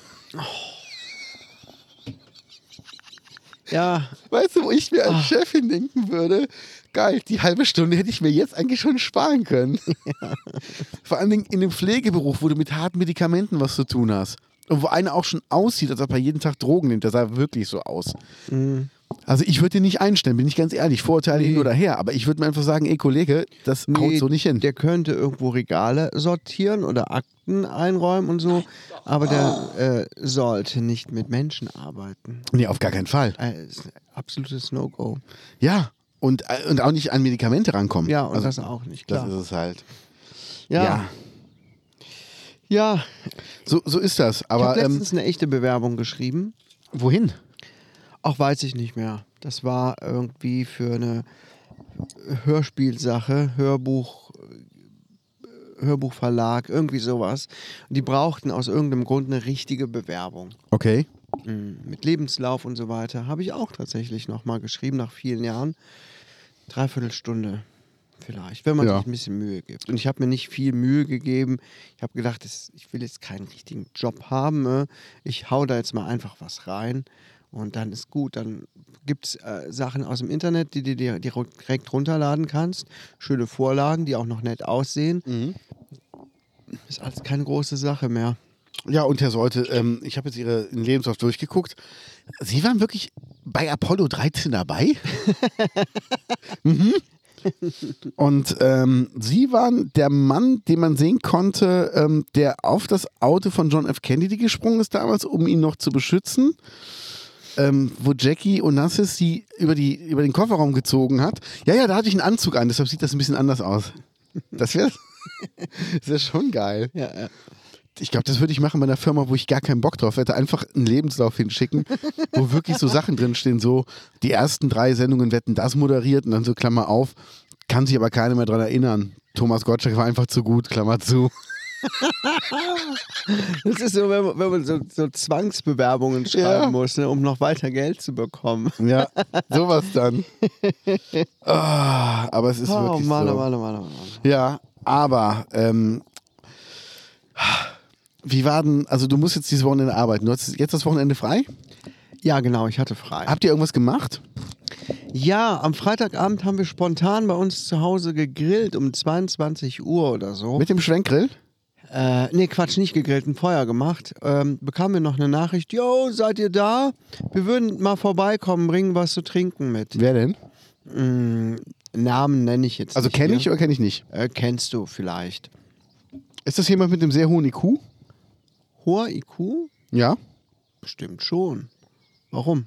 Speaker 3: Ja,
Speaker 4: Weißt du, wo ich mir
Speaker 3: Ah.
Speaker 4: als Chefin denken würde, geil, die halbe Stunde hätte ich mir jetzt eigentlich schon sparen können. Vor allen Dingen in dem Pflegeberuf, wo du mit harten Medikamenten was zu tun hast. Und wo einer auch schon aussieht, als ob er jeden Tag Drogen nimmt. Der sah wirklich so aus.
Speaker 3: Mhm.
Speaker 4: Also ich würde den nicht einstellen, bin ich ganz ehrlich. Vorurteile hin oder her. Aber ich würde mir einfach sagen, ey Kollege, das haut so nicht hin.
Speaker 3: Der könnte irgendwo Regale sortieren oder Akten einräumen und so, aber der äh, sollte nicht mit Menschen arbeiten.
Speaker 4: Nee, auf gar keinen Fall.
Speaker 3: Äh, ist ein absolutes No-Go.
Speaker 4: Ja. Und, äh, und auch nicht an Medikamente rankommen.
Speaker 3: Ja, und
Speaker 4: also,
Speaker 3: das auch nicht,
Speaker 4: Das
Speaker 3: klar.
Speaker 4: ist es halt.
Speaker 3: ja. ja.
Speaker 4: So, so ist das.
Speaker 3: Ich habe
Speaker 4: Aber ähm,
Speaker 3: letztens eine echte Bewerbung geschrieben.
Speaker 4: wohin?
Speaker 3: Auch weiß ich nicht mehr. Das war irgendwie für eine Hörspielsache, Hörbuch, äh, Hörbuchverlag, irgendwie sowas. Und die brauchten aus irgendeinem Grund eine richtige Bewerbung.
Speaker 4: Okay.
Speaker 3: mit Lebenslauf und so weiter, habe ich auch tatsächlich nochmal geschrieben nach vielen Jahren. Dreiviertelstunde vielleicht, wenn man
Speaker 4: Ja.
Speaker 3: sich ein bisschen Mühe gibt. Und ich habe mir nicht viel Mühe gegeben. Ich habe gedacht, das, ich will jetzt keinen richtigen Job haben. äh. Ich hau da jetzt mal einfach was rein und dann ist gut. Dann gibt es äh, Sachen aus dem Internet, die du dir direkt runterladen kannst. Schöne Vorlagen, die auch noch nett aussehen. Ist alles keine große Sache mehr.
Speaker 4: Ja, und Herr Seute, ähm, ich habe jetzt Ihre Lebenslauf durchgeguckt. Sie waren wirklich bei Apollo 13 dabei. mhm. Und ähm, Sie waren der Mann, den man sehen konnte, ähm, der auf das Auto von John F. Kennedy gesprungen ist damals, um ihn noch zu beschützen. Ähm, wo Jackie Onassis sie über, die, über den Kofferraum gezogen hat. Ja, ja, da hatte ich einen Anzug an, deshalb sieht das ein bisschen anders aus. Das wäre das wär schon geil.
Speaker 3: Ja, ja.
Speaker 4: Ich glaube, das würde ich machen bei einer Firma, wo ich gar keinen Bock drauf hätte. Einfach einen Lebenslauf hinschicken, wo wirklich so Sachen drinstehen, so die ersten drei Sendungen wetten das moderiert und dann so Klammer auf. Kann sich aber keiner mehr dran erinnern. Thomas Gottschalk war einfach zu gut, Klammer zu.
Speaker 3: Das ist so, wenn man, wenn man so, so Zwangsbewerbungen schreiben
Speaker 4: Ja.
Speaker 3: muss, ne, um noch weiter Geld zu bekommen.
Speaker 4: Ja, sowas dann. Ah, aber es ist
Speaker 3: Oh
Speaker 4: wirklich
Speaker 3: Mann,
Speaker 4: so.
Speaker 3: oh Mann, oh Mann, oh Mann.
Speaker 4: Ja, aber ähm, wie war denn, also du musst jetzt dieses Wochenende arbeiten. Du hast jetzt das Wochenende frei?
Speaker 3: Ja, genau, ich hatte frei.
Speaker 4: Habt ihr irgendwas gemacht?
Speaker 3: Ja, am Freitagabend haben wir spontan bei uns zu Hause gegrillt um 22 Uhr oder so.
Speaker 4: Mit dem Schwenkgrill?
Speaker 3: Äh, nee, Quatsch, nicht gegrillt, ein Feuer gemacht. Ähm, bekamen wir noch eine Nachricht, yo, seid ihr da? Wir würden mal vorbeikommen, bringen was zu trinken mit.
Speaker 4: Wer denn?
Speaker 3: Namen nenne ich jetzt
Speaker 4: Also
Speaker 3: nicht
Speaker 4: kenne
Speaker 3: hier.
Speaker 4: ich oder kenne ich nicht?
Speaker 3: Äh, kennst du vielleicht.
Speaker 4: Ist das jemand mit einem sehr hohen IQ?
Speaker 3: Hoher IQ?
Speaker 4: Ja.
Speaker 3: Bestimmt schon. Warum?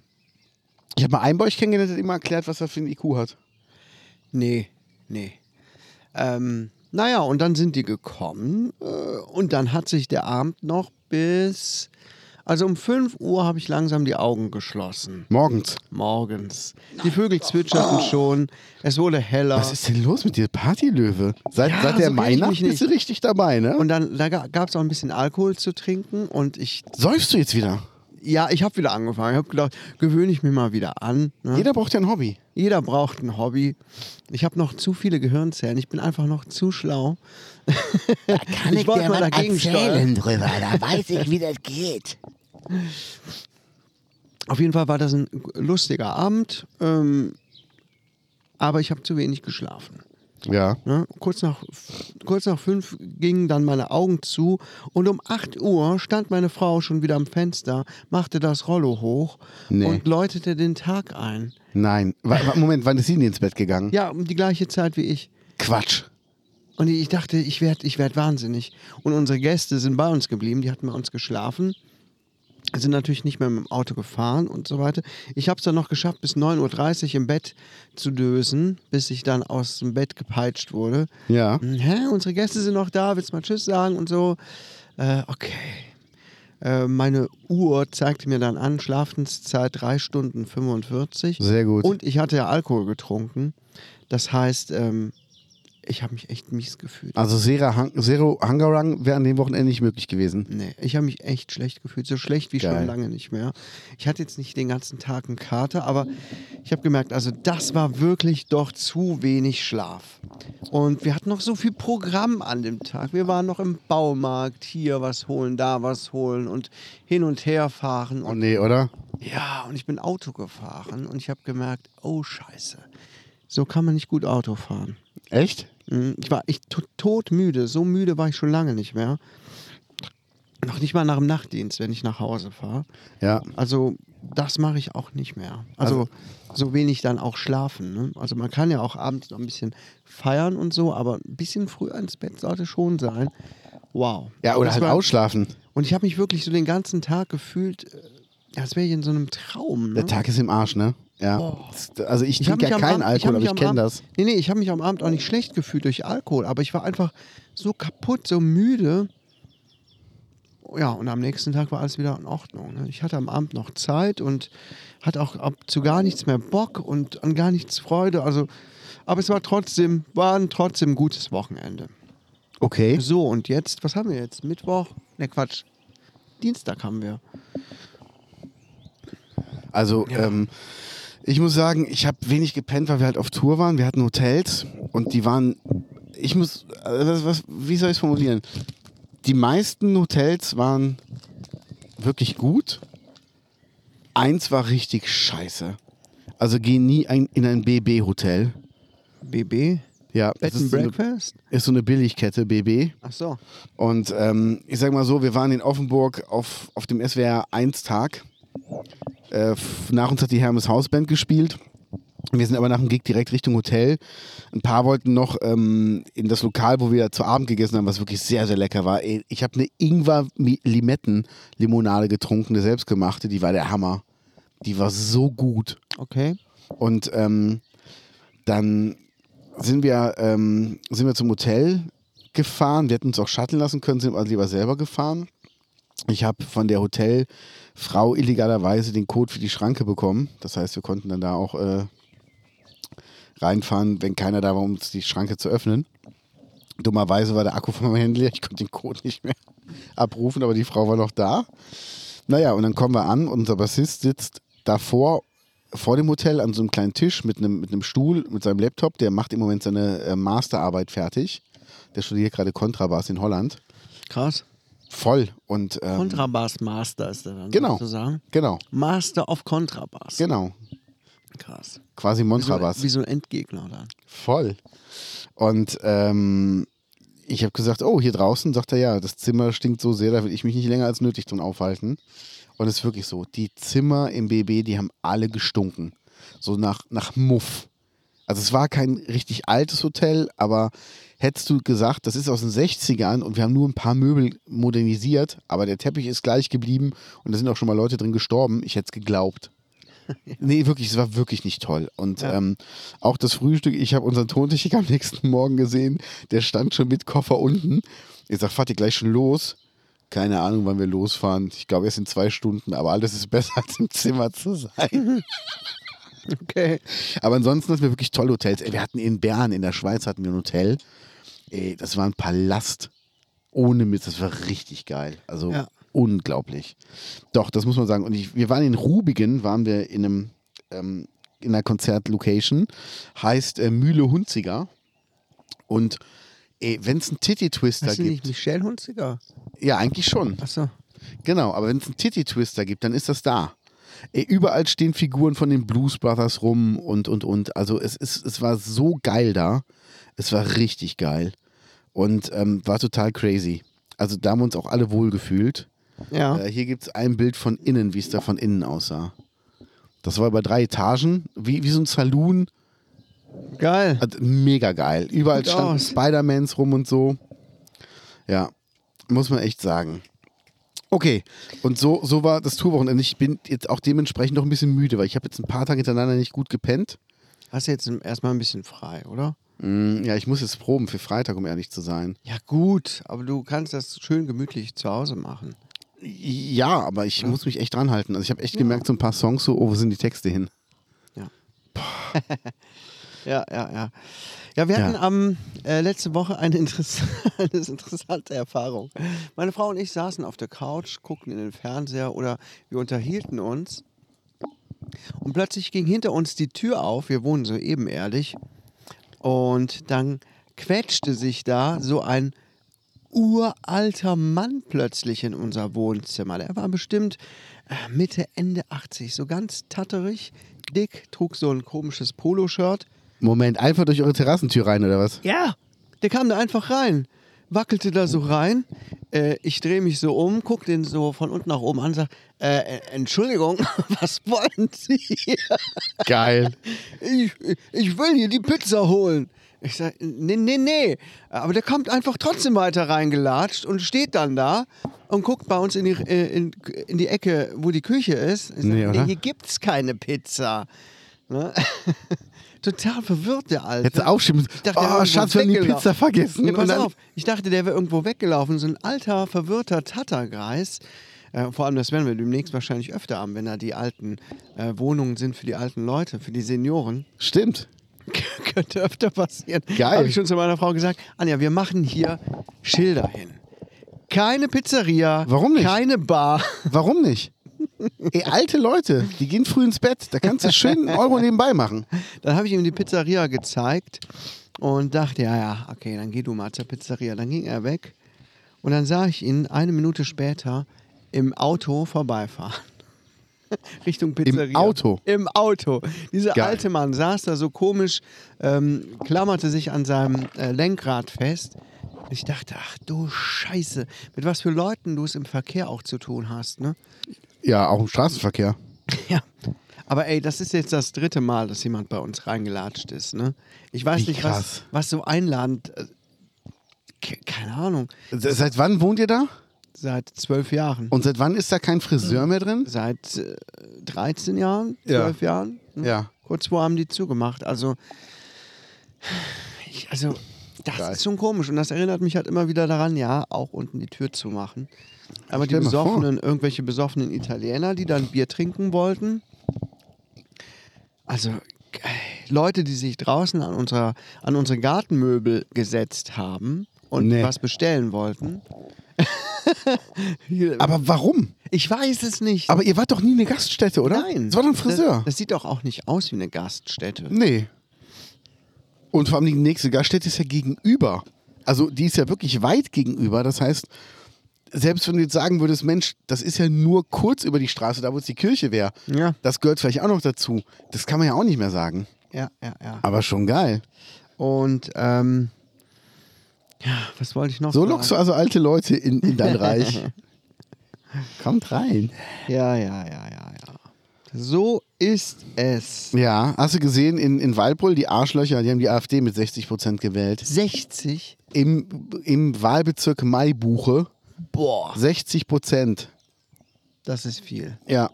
Speaker 4: Ich habe mal einen bei euch kennengelernt, der hat immer erklärt, was er für einen IQ hat.
Speaker 3: Nee, nee. Ähm, naja, und dann sind die gekommen äh, und dann hat sich der Abend noch bis... Also um 5 Uhr habe ich langsam die Augen geschlossen.
Speaker 4: Morgens.
Speaker 3: Morgens. Die Vögel zwitscherten schon. Es wurde heller.
Speaker 4: Ah. Was ist denn los mit dir, Partylöwe? Seit,
Speaker 3: Ja,
Speaker 4: seit der
Speaker 3: so kenn ich
Speaker 4: Weihnacht
Speaker 3: mich
Speaker 4: bist du richtig dabei, ne?
Speaker 3: Und dann da gab es auch ein bisschen Alkohol zu trinken und ich,
Speaker 4: säufst du jetzt wieder?
Speaker 3: ja, ich habe wieder angefangen. Ich habe gedacht, gewöhne ich mich mal wieder an. Ne? Jeder,
Speaker 4: Hm? Jeder braucht ja ein Hobby.
Speaker 3: braucht ein Hobby. Ich habe noch zu viele Gehirnzellen. Ich bin einfach noch zu schlau.
Speaker 1: Kann
Speaker 3: Ich
Speaker 1: ich,
Speaker 3: wollte
Speaker 1: dir
Speaker 3: mal
Speaker 1: mal
Speaker 3: dagegen
Speaker 1: erzählen drüber, da weiß ich, wie das geht.
Speaker 3: Auf jeden Fall war das ein lustiger Abend, ähm, aber ich habe zu wenig geschlafen.
Speaker 4: Ja.
Speaker 3: Ne? Kurz, nach, kurz nach fünf gingen dann meine Augen zu und um 8 Uhr stand meine Frau schon wieder am Fenster, machte das Rollo hoch
Speaker 4: Nee.
Speaker 3: und läutete den Tag ein.
Speaker 4: Nein. Wa- wa- Moment, wann ist sie denn ins Bett gegangen?
Speaker 3: Ja, um die gleiche Zeit wie ich.
Speaker 4: Quatsch.
Speaker 3: Und ich dachte, ich werde ich werd wahnsinnig. Und unsere Gäste sind bei uns geblieben, die hatten bei uns geschlafen, sind natürlich nicht mehr mit dem Auto gefahren und so weiter. Ich habe es dann noch geschafft, bis 9.30 Uhr im Bett zu dösen, bis ich dann aus dem Bett gepeitscht wurde.
Speaker 4: Ja.
Speaker 3: Hä, unsere Gäste sind noch da, willst du mal Tschüss sagen und so. Äh, okay. Äh, meine Uhr zeigte mir dann an, Schlafenszeit 3 Stunden 45.
Speaker 4: Sehr gut.
Speaker 3: Und ich hatte ja Alkohol getrunken. Das heißt, ähm, ich habe mich echt mies gefühlt.
Speaker 4: Also Zero, Hung Zero Hungerang wäre an dem Wochenende nicht möglich gewesen.
Speaker 3: Nee, ich habe mich echt schlecht gefühlt. So schlecht wie
Speaker 4: Geil.
Speaker 3: schon lange nicht mehr. Ich hatte jetzt nicht den ganzen Tag einen Kater, aber ich habe gemerkt, also das war wirklich doch zu wenig Schlaf. Und wir hatten noch so viel Programm an dem Tag. Wir waren noch im Baumarkt, hier was holen, da was holen und hin und her fahren.
Speaker 4: Oh
Speaker 3: Und
Speaker 4: nee, oder?
Speaker 3: ja, und ich bin Auto gefahren und ich habe gemerkt, oh Scheiße, so kann man nicht gut Auto fahren.
Speaker 4: Echt?
Speaker 3: Mm, Ich war ich to todmüde. So müde war ich schon lange nicht mehr. Noch nicht mal nach dem Nachtdienst, wenn ich nach Hause fahre.
Speaker 4: Ja.
Speaker 3: Also das mache ich auch nicht mehr. Also, so wenig dann auch schlafen. Ne? Also man kann ja auch abends noch ein bisschen feiern und so, aber ein bisschen früher ins Bett sollte schon sein. Wow.
Speaker 4: Ja, oder
Speaker 3: Das
Speaker 4: halt
Speaker 3: war-
Speaker 4: ausschlafen.
Speaker 3: Und ich habe mich wirklich so den ganzen Tag gefühlt, äh, als wäre ich in so einem Traum. Ne?
Speaker 4: Der Tag ist im Arsch, ne? Ja. Also ich
Speaker 3: hab
Speaker 4: trinke
Speaker 3: mich
Speaker 4: ja
Speaker 3: am
Speaker 4: keinen
Speaker 3: Abend- hab
Speaker 4: Alkohol,
Speaker 3: mich
Speaker 4: aber
Speaker 3: am
Speaker 4: ich kenne
Speaker 3: Abend-
Speaker 4: das.
Speaker 3: Nee, nee, ich habe mich am Abend auch nicht schlecht gefühlt durch Alkohol, aber ich war einfach so kaputt, so müde. Ja, und am nächsten Tag war alles wieder in Ordnung. Ne? Ich hatte am Abend noch Zeit und hatte auch ab zu gar nichts mehr Bock und an gar nichts Freude. Also, aber es war trotzdem, war ein trotzdem gutes Wochenende.
Speaker 4: Okay.
Speaker 3: So, und jetzt, was haben wir jetzt? Mittwoch? Ne, Quatsch. Dienstag haben wir.
Speaker 4: Also ähm, ich muss sagen, ich habe wenig gepennt, weil wir halt auf Tour waren. Wir hatten Hotels und die waren, ich muss, äh, was, was, wie soll ich es formulieren? Die meisten Hotels waren wirklich gut. Eins war richtig scheiße. Also geh nie ein, in ein BB-Hotel.
Speaker 3: BB.
Speaker 4: Ja,
Speaker 3: Bed
Speaker 4: es
Speaker 3: and
Speaker 4: ist so, eine,
Speaker 3: Breakfast?
Speaker 4: ist so eine Billigkette, BB.
Speaker 3: Ach so.
Speaker 4: Und ähm, ich sag mal so, wir waren in Offenburg auf, auf dem SWR 1-Tag. Äh, f- nach uns hat die Hermes Hausband gespielt. Wir sind aber nach dem Gig direkt Richtung Hotel. Ein paar wollten noch ähm, in das Lokal, wo wir zu Abend gegessen haben, was wirklich sehr, sehr lecker war. Ey, Ich habe eine Ingwer-Limetten-Limonade getrunken, eine selbstgemachte. Die war der Hammer. Die war so gut.
Speaker 3: Okay.
Speaker 4: Und ähm, dann sind wir, ähm, sind wir zum Hotel gefahren. Wir hätten uns auch shutteln lassen können, sind aber lieber selber gefahren. Ich habe von der Hotelfrau illegalerweise den Code für die Schranke bekommen. Das heißt, wir konnten dann da auch äh, reinfahren, wenn keiner da war, um uns die Schranke zu öffnen. Dummerweise war der Akku von meinem Handy, leer. ich konnte den Code nicht mehr abrufen, aber die Frau war noch da. Naja, und dann kommen wir an. Unser Bassist sitzt davor, vor dem Hotel, an so einem kleinen Tisch mit einem, mit einem Stuhl, mit seinem Laptop. Der macht im Moment seine äh, Masterarbeit fertig. Der studiert gerade Kontrabass in Holland.
Speaker 3: Krass.
Speaker 4: Voll. Und, ähm,
Speaker 3: Kontrabass Master ist er dann
Speaker 4: Genau.
Speaker 3: sozusagen.
Speaker 4: Genau,
Speaker 3: Master of Kontrabass.
Speaker 4: genau.
Speaker 3: Krass.
Speaker 4: Quasi
Speaker 3: Wie so,
Speaker 4: Kontrabass.
Speaker 3: wie so ein Endgegner dann.
Speaker 4: Voll. Und ähm, ich habe gesagt, oh, hier draußen, sagt er, ja, das Zimmer stinkt so sehr, da will ich mich nicht länger als nötig drin aufhalten. Und es ist wirklich so, die Zimmer im BB, die haben alle gestunken. So nach, nach Muff. Also es war kein richtig altes Hotel, aber hättest du gesagt, das ist aus den 60ern und wir haben nur ein paar Möbel modernisiert, aber der Teppich ist gleich geblieben und da sind auch schon mal Leute drin gestorben, ich hätte es geglaubt. Nee, wirklich, es war wirklich nicht toll. Und ähm, auch das Frühstück, ich habe unseren Tontechniker am nächsten Morgen gesehen, der stand schon mit Koffer unten. Ich sag, fahrt ihr gleich schon los? Keine Ahnung, wann wir losfahren. Ich glaube, erst in zwei Stunden, aber alles ist besser, als im Zimmer zu sein.
Speaker 3: Okay.
Speaker 4: Aber ansonsten hatten wir wirklich tolle Hotels. Ey, Wir hatten in Bern, in der Schweiz hatten wir ein Hotel. Ey, das war ein Palast. Ohne Mist, das war richtig geil. Also
Speaker 3: Ja.
Speaker 4: unglaublich. Doch, das muss man sagen. Und ich, wir waren in Rubigen, waren wir in einem ähm, in einer Konzertlocation, heißt äh, Mühle Hunziger. Und wenn es einen Titty-Twister
Speaker 3: Hast du nicht
Speaker 4: gibt,
Speaker 3: Michelle Hunziger?
Speaker 4: ja, eigentlich schon.
Speaker 3: Achso.
Speaker 4: Genau, aber wenn es einen Titty-Twister gibt, dann ist das da. Ey, überall stehen Figuren von den Blues Brothers rum und, und, und. Also es, ist, es war so geil da. Es war richtig geil. Und ähm, war total crazy. Also da haben wir uns auch alle wohl gefühlt.
Speaker 3: Ja.
Speaker 4: Äh, hier gibt es ein Bild von innen, wie es da von innen aussah. Das war über drei Etagen, wie, wie so ein Saloon.
Speaker 3: Geil.
Speaker 4: Hat- Mega geil. Überall
Speaker 3: Sieht
Speaker 4: standen
Speaker 3: aus.
Speaker 4: Spider-Mans rum und so. Ja, muss man echt sagen. Okay, und so, so war das Tourwochenende. Ich bin jetzt auch dementsprechend noch ein bisschen müde, weil ich habe jetzt ein paar Tage hintereinander nicht gut gepennt. Also-
Speaker 3: Hast du jetzt erstmal ein bisschen frei, oder? Mhm.
Speaker 4: Mm, Ja, ich muss jetzt proben für Freitag, um ehrlich zu sein.
Speaker 3: Ja, gut. Aber du kannst das schön gemütlich zu Hause machen.
Speaker 4: Ja, aber ich muss mich echt dran halten. Also ich habe echt gemerkt, so ein paar Songs so, oh, wo sind die Texte hin?
Speaker 3: Ja, ja, ja. Ja, wir
Speaker 4: Ja.
Speaker 3: hatten am äh, letzte Woche eine, interess eine interessante Erfahrung. Meine Frau und ich saßen auf der Couch, guckten in den Fernseher oder wir unterhielten uns. Und plötzlich ging hinter uns die Tür auf. Wir wohnen so ebenerdig. Und dann quetschte sich da so ein uralter Mann plötzlich in unser Wohnzimmer. Der war bestimmt äh, Mitte, Ende 80, so ganz tatterig, dick, trug so ein komisches Poloshirt.
Speaker 4: Moment, einfach durch eure Terrassentür rein oder was?
Speaker 3: Ja, der kam da einfach rein, wackelte da so rein. Äh, ich drehe mich so um, guck den so von unten nach oben an, sag, äh, äh, Entschuldigung, was wollen Sie hier?
Speaker 4: Geil.
Speaker 3: Ich, ich will hier die Pizza holen. Ich sag, nee, nee, nee. Aber der kommt einfach trotzdem weiter reingelatscht und steht dann da und guckt bei uns in die, äh, in, in die Ecke, wo die Küche ist. Ich sag,
Speaker 4: Nee, oder?
Speaker 3: hier gibt's keine Pizza. Ne? Total verwirrt der Alte.
Speaker 4: Hättest du auch schimpfen.
Speaker 3: Ich dachte, der
Speaker 4: Oh,
Speaker 3: war
Speaker 4: Schatz, wir haben
Speaker 3: irgendwo
Speaker 4: die
Speaker 3: weggelaufen.
Speaker 4: Pizza vergessen.
Speaker 3: Nee, pass
Speaker 4: Und dann-
Speaker 3: auf, ich dachte, der wäre irgendwo weggelaufen. So ein alter, verwirrter Tattergreis. Äh, vor allem, das werden wir demnächst wahrscheinlich öfter haben, wenn da die alten äh, Wohnungen sind für die alten Leute, für die Senioren.
Speaker 4: Stimmt.
Speaker 3: Könnte öfter passieren.
Speaker 4: Geil.
Speaker 3: Habe ich schon zu meiner Frau gesagt, Anja, wir machen hier Schilder hin. Keine Pizzeria.
Speaker 4: Warum nicht?
Speaker 3: Keine Bar.
Speaker 4: Warum nicht? Ey, alte Leute, die gehen früh ins Bett. Da kannst du schön einen Euro nebenbei machen.
Speaker 3: Dann habe ich ihm die Pizzeria gezeigt und dachte, ja, ja, okay, dann geh du mal zur Pizzeria. Dann ging er weg und dann sah ich ihn eine Minute später im Auto vorbeifahren. Richtung Pizzeria.
Speaker 4: Auto?
Speaker 3: Im Auto. Dieser
Speaker 4: Geil.
Speaker 3: alte Mann saß da so komisch, ähm, klammerte sich an seinem äh, Lenkrad fest. Ich dachte, ach du Scheiße, mit was für Leuten du es im Verkehr auch zu tun hast, ne?
Speaker 4: Ja, auch im Straßenverkehr.
Speaker 3: Ja. Aber ey, das ist jetzt das dritte Mal, dass jemand bei uns reingelatscht ist, ne? Ich weiß
Speaker 4: Wie
Speaker 3: nicht,
Speaker 4: krass.
Speaker 3: was, was so einladend. Äh, ke- keine Ahnung.
Speaker 4: Se- Seit wann wohnt ihr da?
Speaker 3: Seit zwölf Jahren.
Speaker 4: Und seit wann ist da kein Friseur mehr drin?
Speaker 3: Seit äh, 13 Jahren,
Speaker 4: Ja.
Speaker 3: 12 Jahren. ne?
Speaker 4: Ja.
Speaker 3: Kurz vor haben die zugemacht. Also, ich, also das
Speaker 4: Geil.
Speaker 3: ist schon komisch. Und das erinnert mich halt immer wieder daran, ja, auch unten die Tür zu machen. Aber die
Speaker 4: Stell mal vor.
Speaker 3: besoffenen, irgendwelche besoffenen Italiener, die dann Bier trinken wollten. Also äh, Leute, die sich draußen an, unserer, an unsere Gartenmöbel gesetzt haben und
Speaker 4: Nee.
Speaker 3: was bestellen wollten.
Speaker 4: Aber warum?
Speaker 3: Ich weiß es nicht.
Speaker 4: Aber ihr wart doch nie eine Gaststätte, oder?
Speaker 3: Nein.
Speaker 4: Es war doch ein Friseur.
Speaker 3: Das, das sieht doch auch nicht aus wie eine Gaststätte.
Speaker 4: nee. Und vor allem die nächste Gaststätte ist ja gegenüber. Also die ist ja wirklich weit gegenüber. Das heißt, selbst wenn du jetzt sagen würdest, Mensch, das ist ja nur kurz über die Straße, da wo jetzt die Kirche wäre.
Speaker 3: Ja.
Speaker 4: Das gehört vielleicht auch noch dazu. Das kann man ja auch nicht mehr sagen.
Speaker 3: Ja, ja, ja.
Speaker 4: Aber schon geil.
Speaker 3: Und ähm, ja, was wollte ich noch
Speaker 4: So
Speaker 3: sagen?
Speaker 4: lockst du also alte Leute in, in dein Reich. Kommt rein.
Speaker 3: Ja, ja, ja, ja, ja. So ist es.
Speaker 4: Ja, hast du gesehen, in, in Walpole, die Arschlöcher, die haben die AfD mit 60 Prozent gewählt.
Speaker 3: 60?
Speaker 4: Im, im Wahlbezirk Maibuche
Speaker 3: Boah.
Speaker 4: 60 Prozent.
Speaker 3: Das ist viel.
Speaker 4: Ja,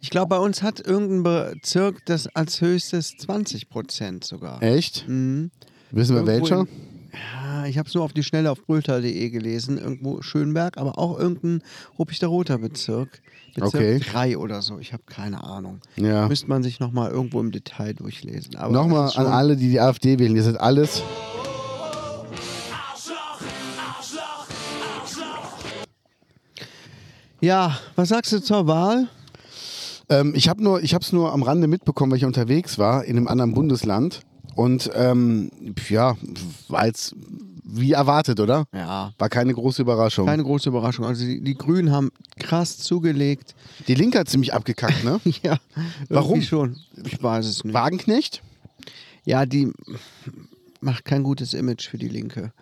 Speaker 3: Ich glaube, bei uns hat irgendein Bezirk das als höchstes 20 Prozent sogar.
Speaker 4: echt? Wissen wir
Speaker 3: Mhm. Irgendwo
Speaker 4: welcher?
Speaker 3: in- Ja, ich habe es nur auf die Schnelle auf brülltal.de gelesen. Irgendwo Schönberg, aber auch irgendein ruppichter roter Bezirk. Bezirk
Speaker 4: Okay.
Speaker 3: 3 oder so. Ich habe keine Ahnung.
Speaker 4: Ja.
Speaker 3: Müsste man sich nochmal irgendwo im Detail durchlesen. Aber
Speaker 4: Nochmal
Speaker 3: das ist
Speaker 4: an
Speaker 3: schon-
Speaker 4: alle, die die AfD wählen. Ihr seid alles.
Speaker 3: Ja, was sagst du zur Wahl?
Speaker 4: Ähm, ich habe nur, ich habe es nur am Rande mitbekommen, weil ich unterwegs war in einem anderen Bundesland und ähm, ja, war jetzt wie erwartet, oder?
Speaker 3: Ja.
Speaker 4: War keine große Überraschung.
Speaker 3: Keine große Überraschung. Also die, die Grünen haben krass zugelegt.
Speaker 4: Die Linke hat ziemlich abgekackt, ne?
Speaker 3: ja.
Speaker 4: Warum?
Speaker 3: irgendwie schon. Ich weiß es nicht.
Speaker 4: Wagenknecht?
Speaker 3: Ja, die macht kein gutes Image für die Linke.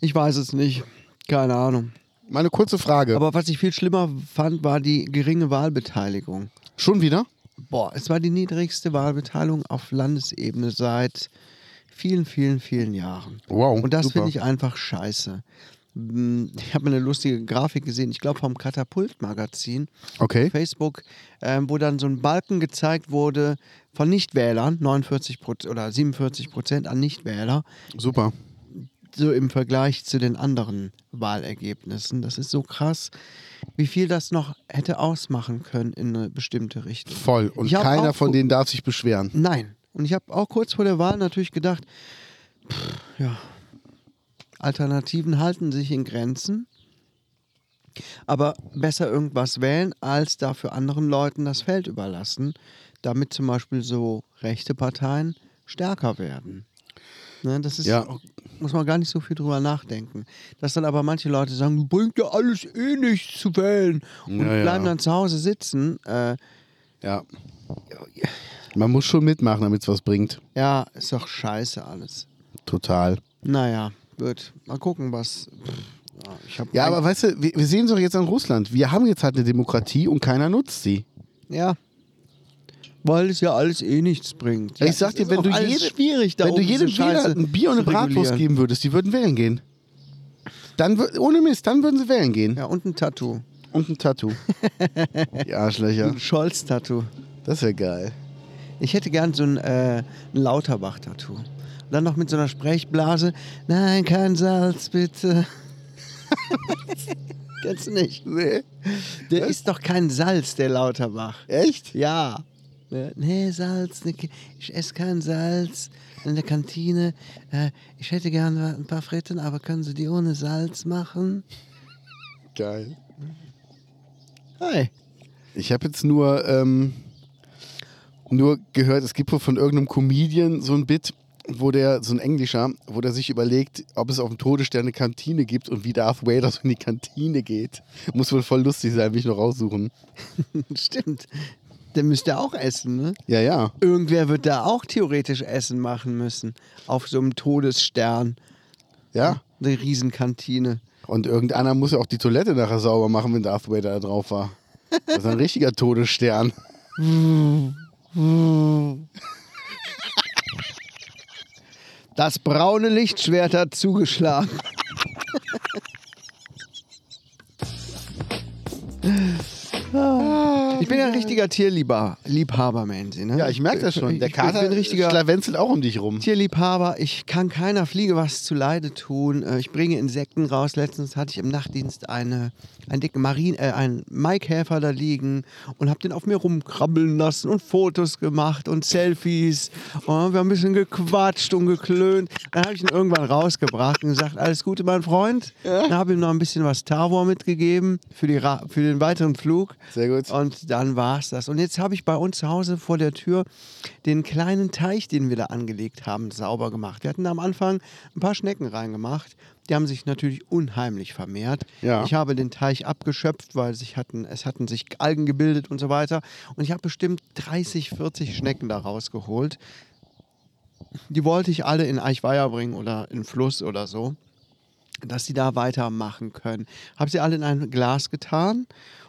Speaker 3: Ich weiß es nicht. Keine Ahnung.
Speaker 4: Mal eine kurze Frage.
Speaker 3: Aber was ich viel schlimmer fand, war die geringe Wahlbeteiligung.
Speaker 4: Schon wieder?
Speaker 3: Boah, es war die niedrigste Wahlbeteiligung auf Landesebene seit vielen, vielen, vielen Jahren.
Speaker 4: Wow,
Speaker 3: Und das
Speaker 4: super.
Speaker 3: finde ich einfach scheiße. Hm, Ich habe eine lustige Grafik gesehen, ich glaube vom Katapult-Magazin.
Speaker 4: Okay.
Speaker 3: Facebook, ähm, wo dann so ein Balken gezeigt wurde von Nichtwählern, 49 oder 47 Prozent an Nichtwähler,
Speaker 4: Super.
Speaker 3: so im Vergleich zu den anderen Wahlergebnissen. Das ist so krass, wie viel das noch hätte ausmachen können in eine bestimmte Richtung.
Speaker 4: Voll. Und
Speaker 3: Ich hab
Speaker 4: keiner
Speaker 3: auch
Speaker 4: von
Speaker 3: gu-
Speaker 4: denen darf sich beschweren.
Speaker 3: Nein. Und ich habe auch kurz vor der Wahl natürlich gedacht, pff, ja, Alternativen halten sich in Grenzen. Aber besser irgendwas wählen, als dafür anderen Leuten das Feld überlassen, damit zum Beispiel so rechte Parteien stärker werden. Ne, das ist,
Speaker 4: Ja.
Speaker 3: auch- muss man gar nicht so viel drüber nachdenken. Dass dann aber manche Leute sagen, bringt ja alles eh nichts zu wählen und
Speaker 4: Ja, ja.
Speaker 3: bleiben dann zu Hause sitzen. Äh,
Speaker 4: Ja. Man muss schon mitmachen, damit es was bringt.
Speaker 3: ja, ist doch scheiße alles.
Speaker 4: Total.
Speaker 3: Naja, wird. Mal gucken, was. Pff, ja, ich hab
Speaker 4: Ja,
Speaker 3: ein-
Speaker 4: aber weißt du, wir, wir sehen es doch jetzt an Russland. Wir haben jetzt halt eine Demokratie und keiner nutzt sie.
Speaker 3: Ja. Weil es ja alles eh nichts bringt. Ja,
Speaker 4: ich sag
Speaker 3: es
Speaker 4: dir,
Speaker 3: ist
Speaker 4: wenn
Speaker 3: auch
Speaker 4: du,
Speaker 3: alles
Speaker 4: jede,
Speaker 3: schwierig da
Speaker 4: wenn du
Speaker 3: oben
Speaker 4: jedem
Speaker 3: diese
Speaker 4: Wähler
Speaker 3: Scheiße
Speaker 4: ein Bier und eine
Speaker 3: zu
Speaker 4: Bratwurst
Speaker 3: regulieren.
Speaker 4: geben würdest, die würden wählen gehen. Dann, wür- ohne Mist, dann würden sie wählen gehen.
Speaker 3: Ja, und ein Tattoo.
Speaker 4: Und ein Tattoo. die Arschlöcher.
Speaker 3: Ein Scholz-Tattoo.
Speaker 4: Das wäre geil.
Speaker 3: Ich hätte gern so ein, äh, ein Lauterbach-Tattoo. Und Dann noch mit so einer Sprechblase. Nein, kein Salz, bitte. Kennst du nicht?
Speaker 4: Nee.
Speaker 3: Der ist doch kein Salz, der Lauterbach.
Speaker 4: Echt?
Speaker 3: Ja. Ne, Nee, Salz, ne, ich esse kein Salz in der Kantine. Äh, ich hätte gerne ein paar Fritten, aber können Sie die ohne Salz machen?
Speaker 4: Geil.
Speaker 3: Hi.
Speaker 4: Ich habe jetzt nur, ähm, nur gehört, es gibt wohl von irgendeinem Comedian so ein Bit, wo der, so ein Englischer, wo der sich überlegt, ob es auf dem Todesstern eine Kantine gibt und wie Darth Vader so in die Kantine geht. Muss wohl voll lustig sein, will ich noch raussuchen.
Speaker 3: Stimmt. Dann müsst ihr auch essen, ne?
Speaker 4: Ja, ja.
Speaker 3: Irgendwer wird da auch theoretisch Essen machen müssen. Auf so einem Todesstern.
Speaker 4: Ja.
Speaker 3: Eine Riesenkantine.
Speaker 4: Und irgendeiner muss ja auch die Toilette nachher sauber machen, wenn Darth Vader da drauf war. Das ist ein richtiger Todesstern.
Speaker 3: Das braune Lichtschwert hat zugeschlagen. Ah, Ich bin ja ein richtiger Tierlieber, Liebhaber, meinen Sie, ne?
Speaker 4: Ja, ich merke das schon. Der Kater
Speaker 3: ich bin ein richtiger
Speaker 4: schlawenzelt auch um dich rum.
Speaker 3: Tierliebhaber. Ich kann keiner Fliege was zu Leide tun. Äh, Ich bringe Insekten raus. Letztens hatte ich im Nachtdienst eine, einen dicken Marien, äh, einen Maikäfer da liegen und habe den auf mir rumkrabbeln lassen und Fotos gemacht und Selfies. Und wir haben ein bisschen gequatscht und geklönt. Dann habe ich ihn irgendwann rausgebracht und gesagt, alles Gute, mein Freund. Dann habe ich ihm noch ein bisschen was Tavor mitgegeben für, die Ra für den weiteren Flug.
Speaker 4: Sehr gut.
Speaker 3: Und dann war es das. Und jetzt habe ich bei uns zu Hause vor der Tür den kleinen Teich, den wir da angelegt haben, sauber gemacht. Wir hatten da am Anfang ein paar Schnecken reingemacht. Die haben sich natürlich unheimlich vermehrt.
Speaker 4: Ja.
Speaker 3: Ich habe den Teich abgeschöpft, weil sich hatten, es hatten sich Algen gebildet und so weiter. Und ich habe bestimmt 30, 40 Schnecken da rausgeholt. Die wollte ich alle in Eichweiher bringen oder in den Fluss oder so dass sie da weitermachen können. Habe sie alle in ein Glas getan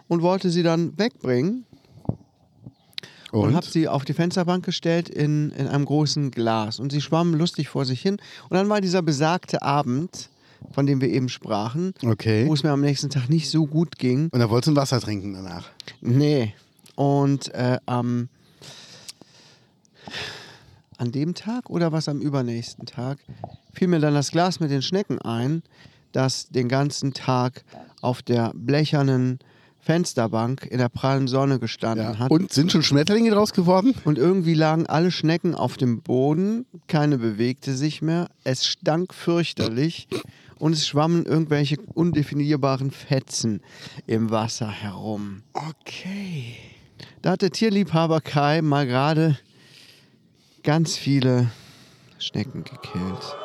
Speaker 3: und wollte sie dann wegbringen und, habe sie auf die Fensterbank gestellt in, in einem großen Glas. Und sie schwammen lustig vor sich hin. Und dann war dieser besagte Abend, von dem wir eben sprachen,
Speaker 4: Okay.
Speaker 3: wo es mir am nächsten Tag nicht so gut ging.
Speaker 4: Und da wolltest du ein Wasser trinken danach.
Speaker 3: Nee. Und äh, am an dem Tag oder was am übernächsten Tag fiel mir dann das Glas mit den Schnecken ein, das den ganzen Tag auf der blechernen Fensterbank in der prallen Sonne gestanden
Speaker 4: Ja.
Speaker 3: hat.
Speaker 4: Und sind schon Schmetterlinge draus geworden?
Speaker 3: Und irgendwie lagen alle Schnecken auf dem Boden, keine bewegte sich mehr, es stank fürchterlich und es schwammen irgendwelche undefinierbaren Fetzen im Wasser herum.
Speaker 4: Okay.
Speaker 3: Da hat der Tierliebhaber Kai mal gerade ganz viele Schnecken gekillt.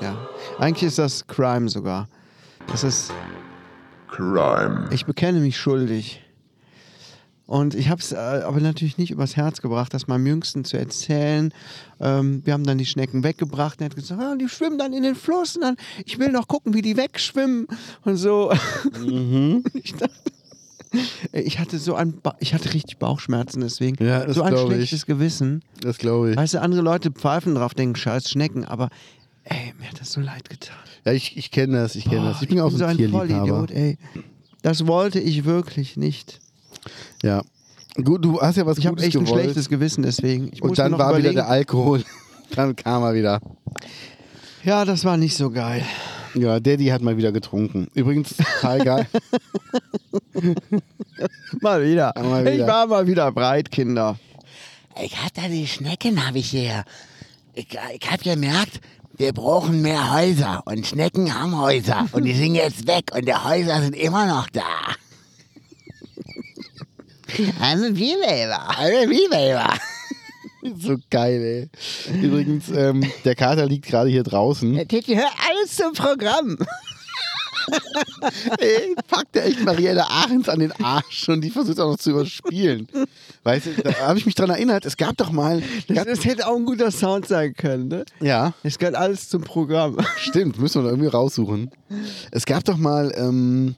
Speaker 3: Ja, eigentlich ist das Crime sogar. Das ist
Speaker 6: Crime.
Speaker 3: ich bekenne mich schuldig. Und ich habe es äh, aber natürlich nicht übers Herz gebracht, das meinem Jüngsten zu erzählen. Ähm, wir haben dann die Schnecken weggebracht und er hat gesagt, ah, die schwimmen dann in den Fluss und dann, ich will noch gucken, wie die wegschwimmen und so.
Speaker 4: Mhm.
Speaker 3: Und ich dachte, ich hatte so ein, ba ich hatte richtig Bauchschmerzen deswegen.
Speaker 4: Ja, das
Speaker 3: so ein
Speaker 4: glaub ich.
Speaker 3: schlechtes Gewissen.
Speaker 4: Das glaube ich.
Speaker 3: Weißt du, andere Leute pfeifen drauf, denken, scheiß Schnecken, aber ey, mir hat das so leid getan.
Speaker 4: Ja, ich, ich kenne das, ich kenne das. Ich bin auch so ein Tierliebhaber.
Speaker 3: Vollidiot, ey. Das wollte ich wirklich nicht.
Speaker 4: Ja. Gut, du hast ja was
Speaker 3: Ich habe
Speaker 4: Gutes
Speaker 3: echt ein
Speaker 4: gewollt.
Speaker 3: schlechtes Gewissen deswegen. Ich
Speaker 4: Und
Speaker 3: musste
Speaker 4: dann
Speaker 3: noch
Speaker 4: war
Speaker 3: überlegen.
Speaker 4: wieder der Alkohol. dann kam er wieder.
Speaker 3: Ja, das war nicht so geil.
Speaker 4: Ja, Daddy hat mal wieder getrunken. Übrigens, total geil.
Speaker 3: Mal wieder.
Speaker 4: Mal wieder.
Speaker 3: Ich war mal wieder breit, Kinder.
Speaker 7: Ich hab da die Schnecken, hab ich hier. Ich, ich hab gemerkt, wir brauchen mehr Häuser. Und Schnecken haben Häuser. Und die sind jetzt weg. Und die Häuser sind immer noch da. Also wie Weber. Also wie Weber.
Speaker 4: so geil, ey. Übrigens, ähm, der Kater liegt gerade hier draußen.
Speaker 7: Das gehört alles zum Programm.
Speaker 4: Ey, packt er echt Marielle Ahrens an den Arsch und die versucht auch noch zu überspielen. Weißt du, da habe ich mich dran erinnert, es gab doch mal.
Speaker 3: Das, das hätte auch ein guter Sound sein können, ne?
Speaker 4: Ja,
Speaker 3: Das gehört alles zum Programm.
Speaker 4: stimmt, müssen wir da irgendwie raussuchen. Es gab doch mal. Ähm,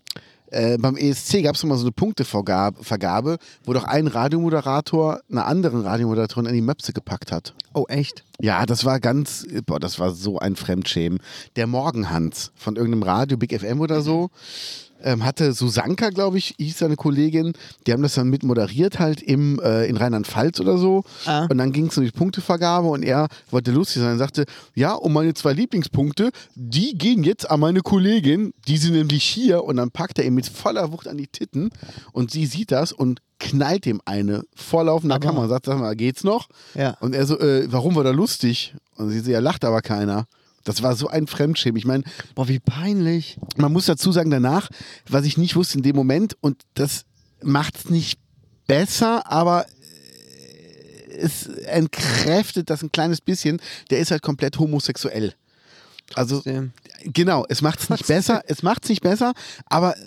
Speaker 4: äh, beim ESC gab es mal so eine Punktevergabe, Vergabe, wo doch ein Radiomoderator einer anderen Radiomoderatorin an die Möpse gepackt hat.
Speaker 3: Oh, echt?
Speaker 4: Ja, das war ganz, boah, das war so ein Fremdschämen. Der Morgenhans von irgendeinem Radio, Big FM oder so, ähm, hatte Susanka, glaube ich, hieß seine Kollegin. Die haben das dann mit moderiert halt im, äh, in Rheinland-Pfalz oder so. Und dann ging es um die Punktevergabe und er wollte lustig sein und sagte, ja, und meine zwei Lieblingspunkte, die gehen jetzt an meine Kollegin, die sind nämlich hier. Und dann packt er ihn mit voller Wucht an die Titten und sie sieht das und knallt ihm eine vorlaufender Kamera und sagt, sag mal, geht's noch?
Speaker 3: Ja.
Speaker 4: Und er so, äh, warum war da lustig? Und sie so, ja, lacht aber keiner. Das war so ein Fremdschämen. Ich meine,
Speaker 3: Boah, wie peinlich.
Speaker 4: man muss dazu sagen, danach, was ich nicht wusste in dem Moment, und das macht es nicht besser, aber äh, es entkräftet das ein kleines bisschen. Der ist halt komplett homosexuell. Also,
Speaker 3: Trotzdem.
Speaker 4: genau, es macht es nicht besser, es macht es nicht besser, aber äh,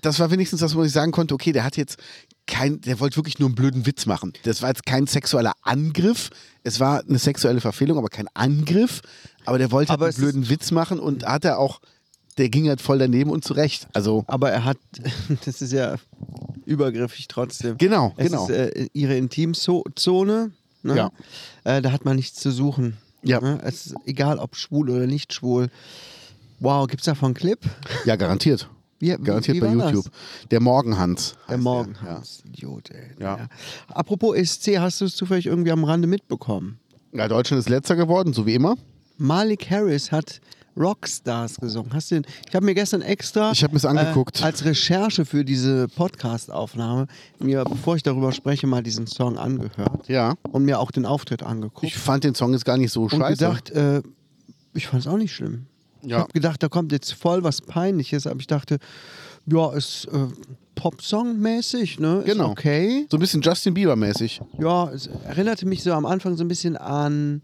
Speaker 4: das war wenigstens das, wo ich sagen konnte, okay, der hat jetzt kein, der wollte wirklich nur einen blöden Witz machen. Das war jetzt kein sexueller Angriff, es war eine sexuelle Verfehlung, aber kein Angriff, aber der wollte
Speaker 3: Aber
Speaker 4: halt
Speaker 3: es
Speaker 4: einen blöden Witz machen und hat er auch, der ging halt voll daneben und zurecht. Also,
Speaker 3: Aber er hat, das ist ja übergriffig trotzdem.
Speaker 4: Genau,
Speaker 3: es
Speaker 4: genau.
Speaker 3: Ist, äh, ihre Intimzone, ne?
Speaker 4: Ja.
Speaker 3: äh, da hat man nichts zu suchen.
Speaker 4: Ja.
Speaker 3: Ne? Es ist egal, ob schwul oder nicht schwul. Wow, gibt's davon einen Clip?
Speaker 4: ja, garantiert.
Speaker 3: Wie- wie-
Speaker 4: garantiert
Speaker 3: wie
Speaker 4: bei
Speaker 3: war das?
Speaker 4: YouTube. Der Morgenhans. heißt
Speaker 3: Der
Speaker 4: er,
Speaker 3: Morgen.
Speaker 4: Ja.
Speaker 3: Idiot, ey.
Speaker 4: Ja.
Speaker 3: Apropos ESC, hast du es zufällig irgendwie am Rande mitbekommen?
Speaker 4: ja, Deutschland ist letzter geworden, so wie immer.
Speaker 3: Malik Harris hat Rockstars gesungen. Hast du den? Ich habe mir gestern extra
Speaker 4: Ich hab mir's angeguckt.
Speaker 3: Äh, als Recherche für diese Podcast-Aufnahme mir, bevor ich darüber spreche, mal diesen Song angehört
Speaker 4: Ja.
Speaker 3: und mir auch den Auftritt angeguckt
Speaker 4: Ich fand den Song jetzt gar nicht so
Speaker 3: und
Speaker 4: scheiße.
Speaker 3: gedacht, äh, ich fand es auch nicht schlimm. Ich
Speaker 4: Ja.
Speaker 3: habe gedacht, da kommt jetzt voll was Peinliches, aber ich dachte, ja, ist äh, Popsong-mäßig, ne? Ist
Speaker 4: Genau.
Speaker 3: Okay.
Speaker 4: So ein bisschen Justin Bieber-mäßig.
Speaker 3: Ja, es erinnerte mich so am Anfang so ein bisschen an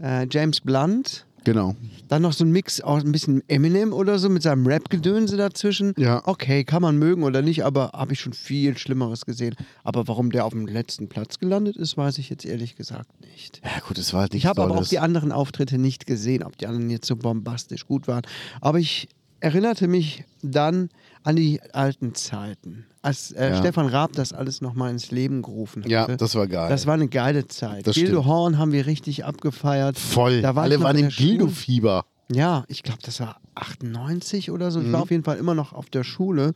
Speaker 3: äh, James Blunt.
Speaker 4: Genau.
Speaker 3: Dann noch so ein Mix, auch ein bisschen Eminem oder so mit seinem Rap-Gedönse dazwischen.
Speaker 4: Ja.
Speaker 3: Okay, kann man mögen oder nicht, aber habe ich schon viel Schlimmeres gesehen. Aber warum der auf dem letzten Platz gelandet ist, weiß ich jetzt ehrlich gesagt nicht.
Speaker 4: Ja, gut, es war halt nicht
Speaker 3: Ich habe aber auch
Speaker 4: Tolles.
Speaker 3: die anderen Auftritte nicht gesehen, ob die anderen jetzt so bombastisch gut waren. Aber ich erinnerte mich dann an die alten Zeiten, als äh,
Speaker 4: Ja.
Speaker 3: Stefan Raab das alles nochmal ins Leben gerufen hatte.
Speaker 4: Ja, das war geil.
Speaker 3: Das war eine geile Zeit.
Speaker 4: Das
Speaker 3: Gildo
Speaker 4: stimmt.
Speaker 3: Horn haben wir richtig abgefeiert.
Speaker 4: Voll.
Speaker 3: Da war ich
Speaker 4: Alle
Speaker 3: noch
Speaker 4: waren
Speaker 3: in
Speaker 4: im
Speaker 3: der Schule.
Speaker 4: Gildo-Fieber.
Speaker 3: Ja, ich glaube, das war 98 oder so. Ich
Speaker 4: Mhm.
Speaker 3: war auf jeden Fall immer noch auf der Schule.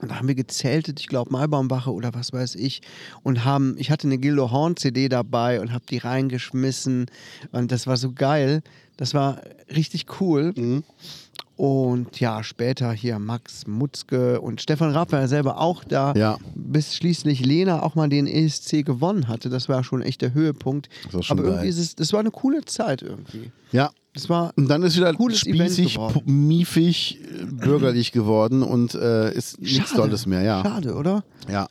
Speaker 3: Und da haben wir gezeltet, ich glaube, Maibaumwache oder was weiß ich. Und haben, ich hatte eine Gildo Horn CD dabei und habe die reingeschmissen. Und das war so geil. Das war richtig cool.
Speaker 4: Mhm.
Speaker 3: Und ja, später hier Max Mutzke und Stefan Raab war ja selber auch da.
Speaker 4: Ja.
Speaker 3: Bis schließlich Lena auch mal den ESC gewonnen hatte. Das war schon echt der Höhepunkt.
Speaker 4: Das war schon
Speaker 3: Aber irgendwie
Speaker 4: geil.
Speaker 3: ist es, das war eine coole Zeit irgendwie.
Speaker 4: Ja.
Speaker 3: Das war
Speaker 4: Und dann ist wieder
Speaker 3: Cooles Event
Speaker 4: spießig,
Speaker 3: geworden.
Speaker 4: pu- miefig, äh, bürgerlich geworden und äh, ist nichts Tolles mehr, ja.
Speaker 3: Schade, oder?
Speaker 4: Ja.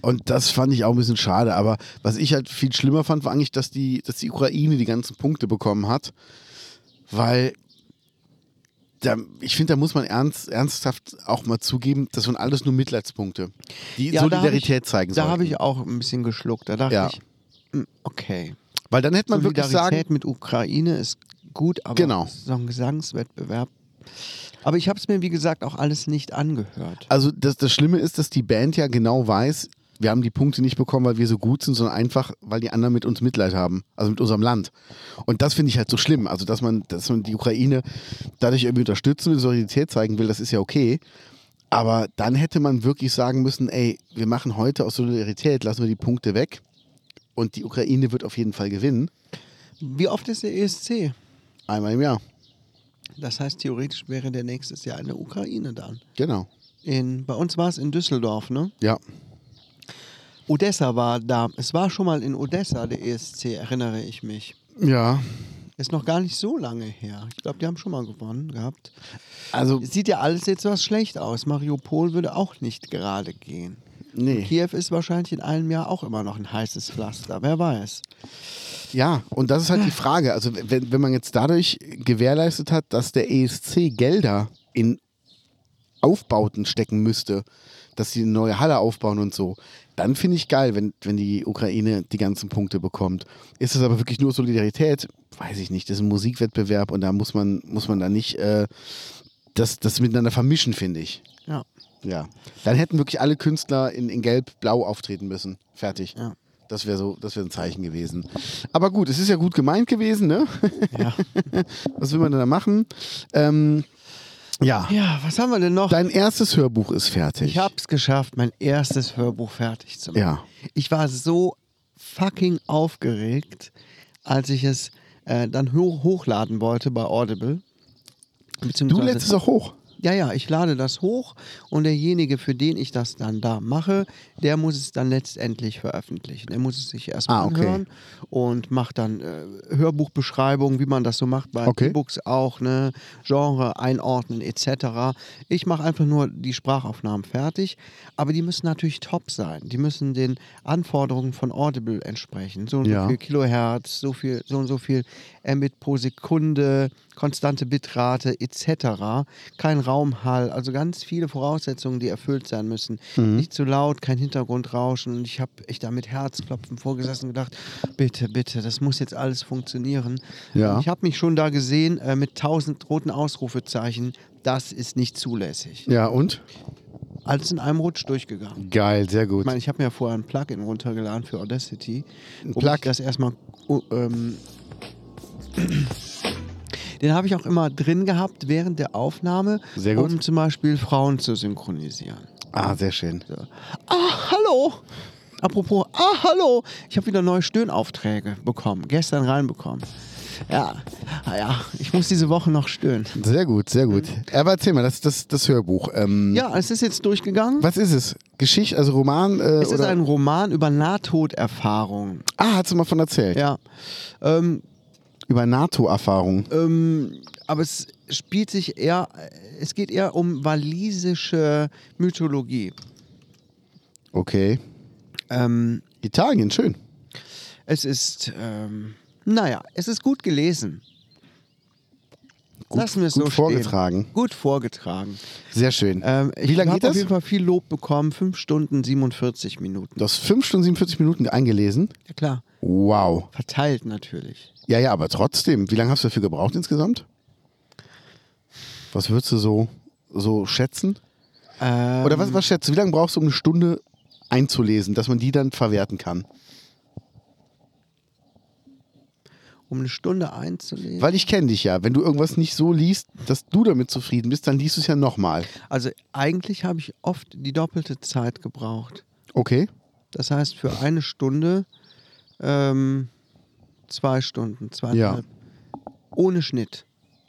Speaker 4: Und das fand ich auch ein bisschen schade. Aber was ich halt viel schlimmer fand, war eigentlich, dass die, dass die Ukraine die ganzen Punkte bekommen hat. Weil da, ich finde, da muss man ernst, ernsthaft auch mal zugeben, das waren alles nur Mitleidspunkte, die
Speaker 3: Ja, da hab
Speaker 4: Solidarität
Speaker 3: ich,
Speaker 4: zeigen
Speaker 3: Da habe
Speaker 4: sollten.
Speaker 3: ich auch ein bisschen geschluckt. Da dachte
Speaker 4: Ja.
Speaker 3: ich, mm, okay.
Speaker 4: Weil dann hätte man wirklich sagen,
Speaker 3: Solidarität mit Ukraine ist gut, aber
Speaker 4: Genau.
Speaker 3: so ein Gesangswettbewerb. Aber ich habe es mir, wie gesagt, auch alles nicht angehört.
Speaker 4: Also das, das Schlimme ist, dass die Band ja genau weiß, wir haben die Punkte nicht bekommen, weil wir so gut sind, sondern einfach, weil die anderen mit uns Mitleid haben, also mit unserem Land. Und das finde ich halt so schlimm. Also, dass man, dass man die Ukraine dadurch irgendwie unterstützen will, Solidarität zeigen will, das ist ja okay. Aber dann hätte man wirklich sagen müssen, ey, wir machen heute aus Solidarität, lassen wir die Punkte weg und die Ukraine wird auf jeden Fall gewinnen.
Speaker 3: Wie oft ist der ESC?
Speaker 4: Einmal im Jahr.
Speaker 3: Das heißt, theoretisch wäre der nächstes Jahr in der Ukraine dann.
Speaker 4: Genau.
Speaker 3: In, bei uns war es in Düsseldorf, ne?
Speaker 4: Ja.
Speaker 3: Odessa war da. Es war schon mal in Odessa der ESC, erinnere ich mich.
Speaker 4: Ja.
Speaker 3: Ist noch gar nicht so lange her. Ich glaube, die haben schon mal gewonnen gehabt.
Speaker 4: Also,
Speaker 3: Es sieht ja alles jetzt was schlecht aus. Mariupol würde auch nicht gerade gehen.
Speaker 4: nee.
Speaker 3: Kiew ist wahrscheinlich in einem Jahr auch immer noch ein heißes Pflaster. Wer weiß.
Speaker 4: Ja, und das ist halt die Frage. Also, wenn, wenn man jetzt dadurch gewährleistet hat, dass der ESC Gelder in Aufbauten stecken müsste, dass sie eine neue Halle aufbauen und so, dann finde ich geil, wenn, wenn die Ukraine die ganzen Punkte bekommt. Ist es aber wirklich nur Solidarität? Weiß ich nicht. Das ist ein Musikwettbewerb und da muss man, muss man da nicht äh, das, das miteinander vermischen, finde ich.
Speaker 3: Ja.
Speaker 4: Ja. Dann hätten wirklich alle Künstler in, in Gelb-Blau auftreten müssen. Fertig.
Speaker 3: Ja.
Speaker 4: Das wäre so, das wäre ein Zeichen gewesen. Aber gut, es ist ja gut gemeint gewesen, ne?
Speaker 3: Ja.
Speaker 4: Was will man denn da machen? Ähm, ja.
Speaker 3: ja, was haben wir denn noch?
Speaker 4: Dein erstes Hörbuch ist fertig.
Speaker 3: Ich hab's geschafft, mein erstes Hörbuch fertig zu machen.
Speaker 4: Ja.
Speaker 3: Ich war so fucking aufgeregt, als ich es äh, dann ho hochladen wollte bei Audible.
Speaker 4: du
Speaker 3: Beziehungsweise-
Speaker 4: lädst es auch hoch.
Speaker 3: Ja, ja, ich lade das hoch und derjenige, für den ich das dann da mache, der muss es dann letztendlich veröffentlichen. Der muss es sich erstmal
Speaker 4: Ah, okay.
Speaker 3: anhören und macht dann äh, Hörbuchbeschreibungen, wie man das so macht bei
Speaker 4: Okay.
Speaker 3: E-Books auch, ne? Genre einordnen etc. Ich mache einfach nur die Sprachaufnahmen fertig, aber die müssen natürlich top sein. Die müssen den Anforderungen von Audible entsprechen. So und
Speaker 4: Ja.
Speaker 3: so viel Kilohertz, so viel, so und so viel Mbit pro Sekunde, konstante Bitrate etc. Kein Raumhall, also ganz viele Voraussetzungen, die erfüllt sein müssen. Nicht zu laut, kein Hintergrundrauschen. Und ich habe echt da mit Herzklopfen vorgesessen und gedacht, bitte, bitte, das muss jetzt alles funktionieren.
Speaker 4: Ja.
Speaker 3: Und Ich habe mich schon da gesehen äh, mit tausend roten Ausrufezeichen. Das ist nicht zulässig.
Speaker 4: Ja, und?
Speaker 3: Alles in einem Rutsch durchgegangen.
Speaker 4: Geil, sehr gut.
Speaker 3: Ich meine, ich habe mir ja vorher ein Plugin runtergeladen für Audacity. Ein
Speaker 4: Plug-
Speaker 3: Ich das erstmal. oh, ähm, den habe ich auch immer drin gehabt während der Aufnahme,
Speaker 4: Sehr gut.
Speaker 3: um zum Beispiel Frauen zu synchronisieren.
Speaker 4: Ah, sehr schön.
Speaker 3: Ah, hallo! Apropos, ah, hallo! Ich habe wieder neue Stöhnaufträge bekommen, gestern reinbekommen. Ja, ah ja, ich muss diese Woche noch stöhnen.
Speaker 4: Sehr gut, sehr gut. Aber erzähl mal, das, das, das Hörbuch. Ähm,
Speaker 3: Ja, es ist jetzt durchgegangen.
Speaker 4: Was ist es? Geschichte, also Roman? Äh,
Speaker 3: Es ist
Speaker 4: oder?
Speaker 3: ein Roman über Nahtoderfahrungen.
Speaker 4: ah, hast du mal von erzählt.
Speaker 3: Ja. Ähm,
Speaker 4: Über NATO-Erfahrung.
Speaker 3: Ähm, aber es spielt sich eher, es geht eher um walisische Mythologie.
Speaker 4: Okay.
Speaker 3: Ähm,
Speaker 4: Italien, schön.
Speaker 3: es ist, ähm, naja, es ist gut gelesen.
Speaker 4: Gut,
Speaker 3: Lassen wir es
Speaker 4: gut
Speaker 3: so
Speaker 4: vorgetragen.
Speaker 3: Stehen. Gut vorgetragen.
Speaker 4: Sehr schön.
Speaker 3: Ähm,
Speaker 4: Wie
Speaker 3: ich
Speaker 4: lange
Speaker 3: habe
Speaker 4: geht
Speaker 3: auf
Speaker 4: das?
Speaker 3: jeden Fall viel Lob bekommen. 5 Stunden 47 Minuten.
Speaker 4: Du hast 5 Stunden 47 Minuten eingelesen.
Speaker 3: Ja klar,
Speaker 4: Wow.
Speaker 3: verteilt natürlich.
Speaker 4: Ja, ja, aber trotzdem. Wie lange hast du dafür gebraucht insgesamt? Was würdest du so, so schätzen?
Speaker 3: Ähm,
Speaker 4: Oder was, was schätzt du? Wie lange brauchst du, um eine Stunde einzulesen, dass man die dann verwerten kann?
Speaker 3: Um eine Stunde einzulesen.
Speaker 4: Weil ich kenne dich ja. Wenn du irgendwas nicht so liest, dass du damit zufrieden bist, dann liest du es ja nochmal.
Speaker 3: Also eigentlich habe ich oft die doppelte Zeit gebraucht.
Speaker 4: Okay.
Speaker 3: Das heißt, für eine Stunde ähm, zwei Stunden, zweieinhalb. Ohne Schnitt.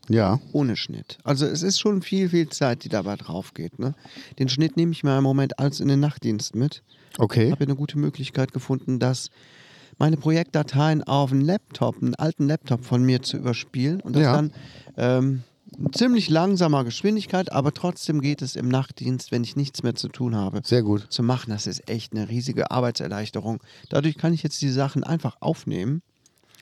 Speaker 4: Ja.
Speaker 3: Ohne Schnitt. Also es ist schon viel, viel Zeit, die dabei drauf geht. Ne? Den Schnitt nehme ich mir im Moment als in den Nachtdienst mit. Ich
Speaker 4: Okay.
Speaker 3: habe ja eine gute Möglichkeit gefunden, dass meine Projektdateien auf einen Laptop, einen alten Laptop von mir zu überspielen und das
Speaker 4: Ja.
Speaker 3: dann ähm, in ziemlich langsamer Geschwindigkeit, aber trotzdem geht es im Nachtdienst, wenn ich nichts mehr zu tun habe
Speaker 4: Sehr gut.
Speaker 3: zu machen. Das ist echt eine riesige Arbeitserleichterung. Dadurch kann ich jetzt die Sachen einfach aufnehmen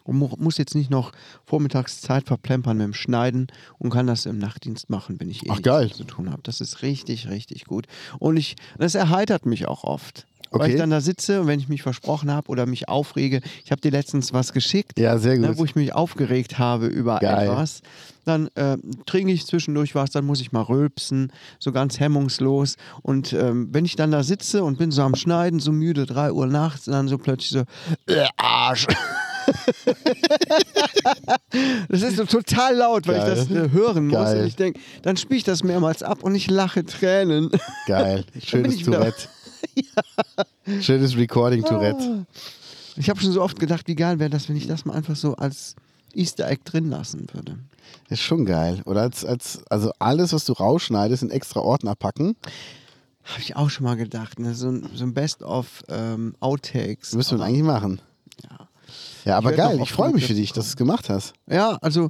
Speaker 3: und mu muss jetzt nicht noch Vormittagszeit verplempern mit dem Schneiden und kann das im Nachtdienst machen, wenn ich eh
Speaker 4: Ach,
Speaker 3: nichts
Speaker 4: geil.
Speaker 3: zu tun habe. Das ist richtig, richtig gut. Und ich, das erheitert mich auch oft. Weil
Speaker 4: Okay.
Speaker 3: ich dann da sitze und wenn ich mich versprochen habe oder mich aufrege, ich habe dir letztens was geschickt,
Speaker 4: Ja, sehr
Speaker 3: ne,
Speaker 4: gut.
Speaker 3: wo ich mich aufgeregt habe über
Speaker 4: Geil.
Speaker 3: etwas, dann äh, trinke ich zwischendurch was, dann muss ich mal rülpsen, so ganz hemmungslos. Und ähm, wenn ich dann da sitze und bin so am Schneiden, so müde, 3 Uhr nachts, und dann so plötzlich so, äh, Arsch. das ist so total laut, weil
Speaker 4: Geil.
Speaker 3: ich das äh, hören muss.
Speaker 4: Geil.
Speaker 3: Und ich denke, dann spiele ich das mehrmals ab und ich lache Tränen.
Speaker 4: Geil. Schönes
Speaker 3: ich wieder-
Speaker 4: Tourette. Schönes Recording
Speaker 3: Ah.
Speaker 4: Tourette.
Speaker 3: Ich habe schon so oft gedacht, wie geil wäre das, wenn ich das mal einfach so als Easter Egg drin lassen würde.
Speaker 4: Ist schon geil. Oder als, als, also alles, was du rausschneidest, in extra Ordner packen.
Speaker 3: Habe ich auch schon mal gedacht. Ne? So, ein- so ein Best of ähm, Outtakes.
Speaker 4: Müsste man eigentlich machen.
Speaker 3: Ja.
Speaker 4: Ja, aber
Speaker 3: werd
Speaker 4: geil.
Speaker 3: noch
Speaker 4: Ich
Speaker 3: oft
Speaker 4: freue mich für
Speaker 3: mit-
Speaker 4: dich, dass du es gemacht hast.
Speaker 3: Ja, also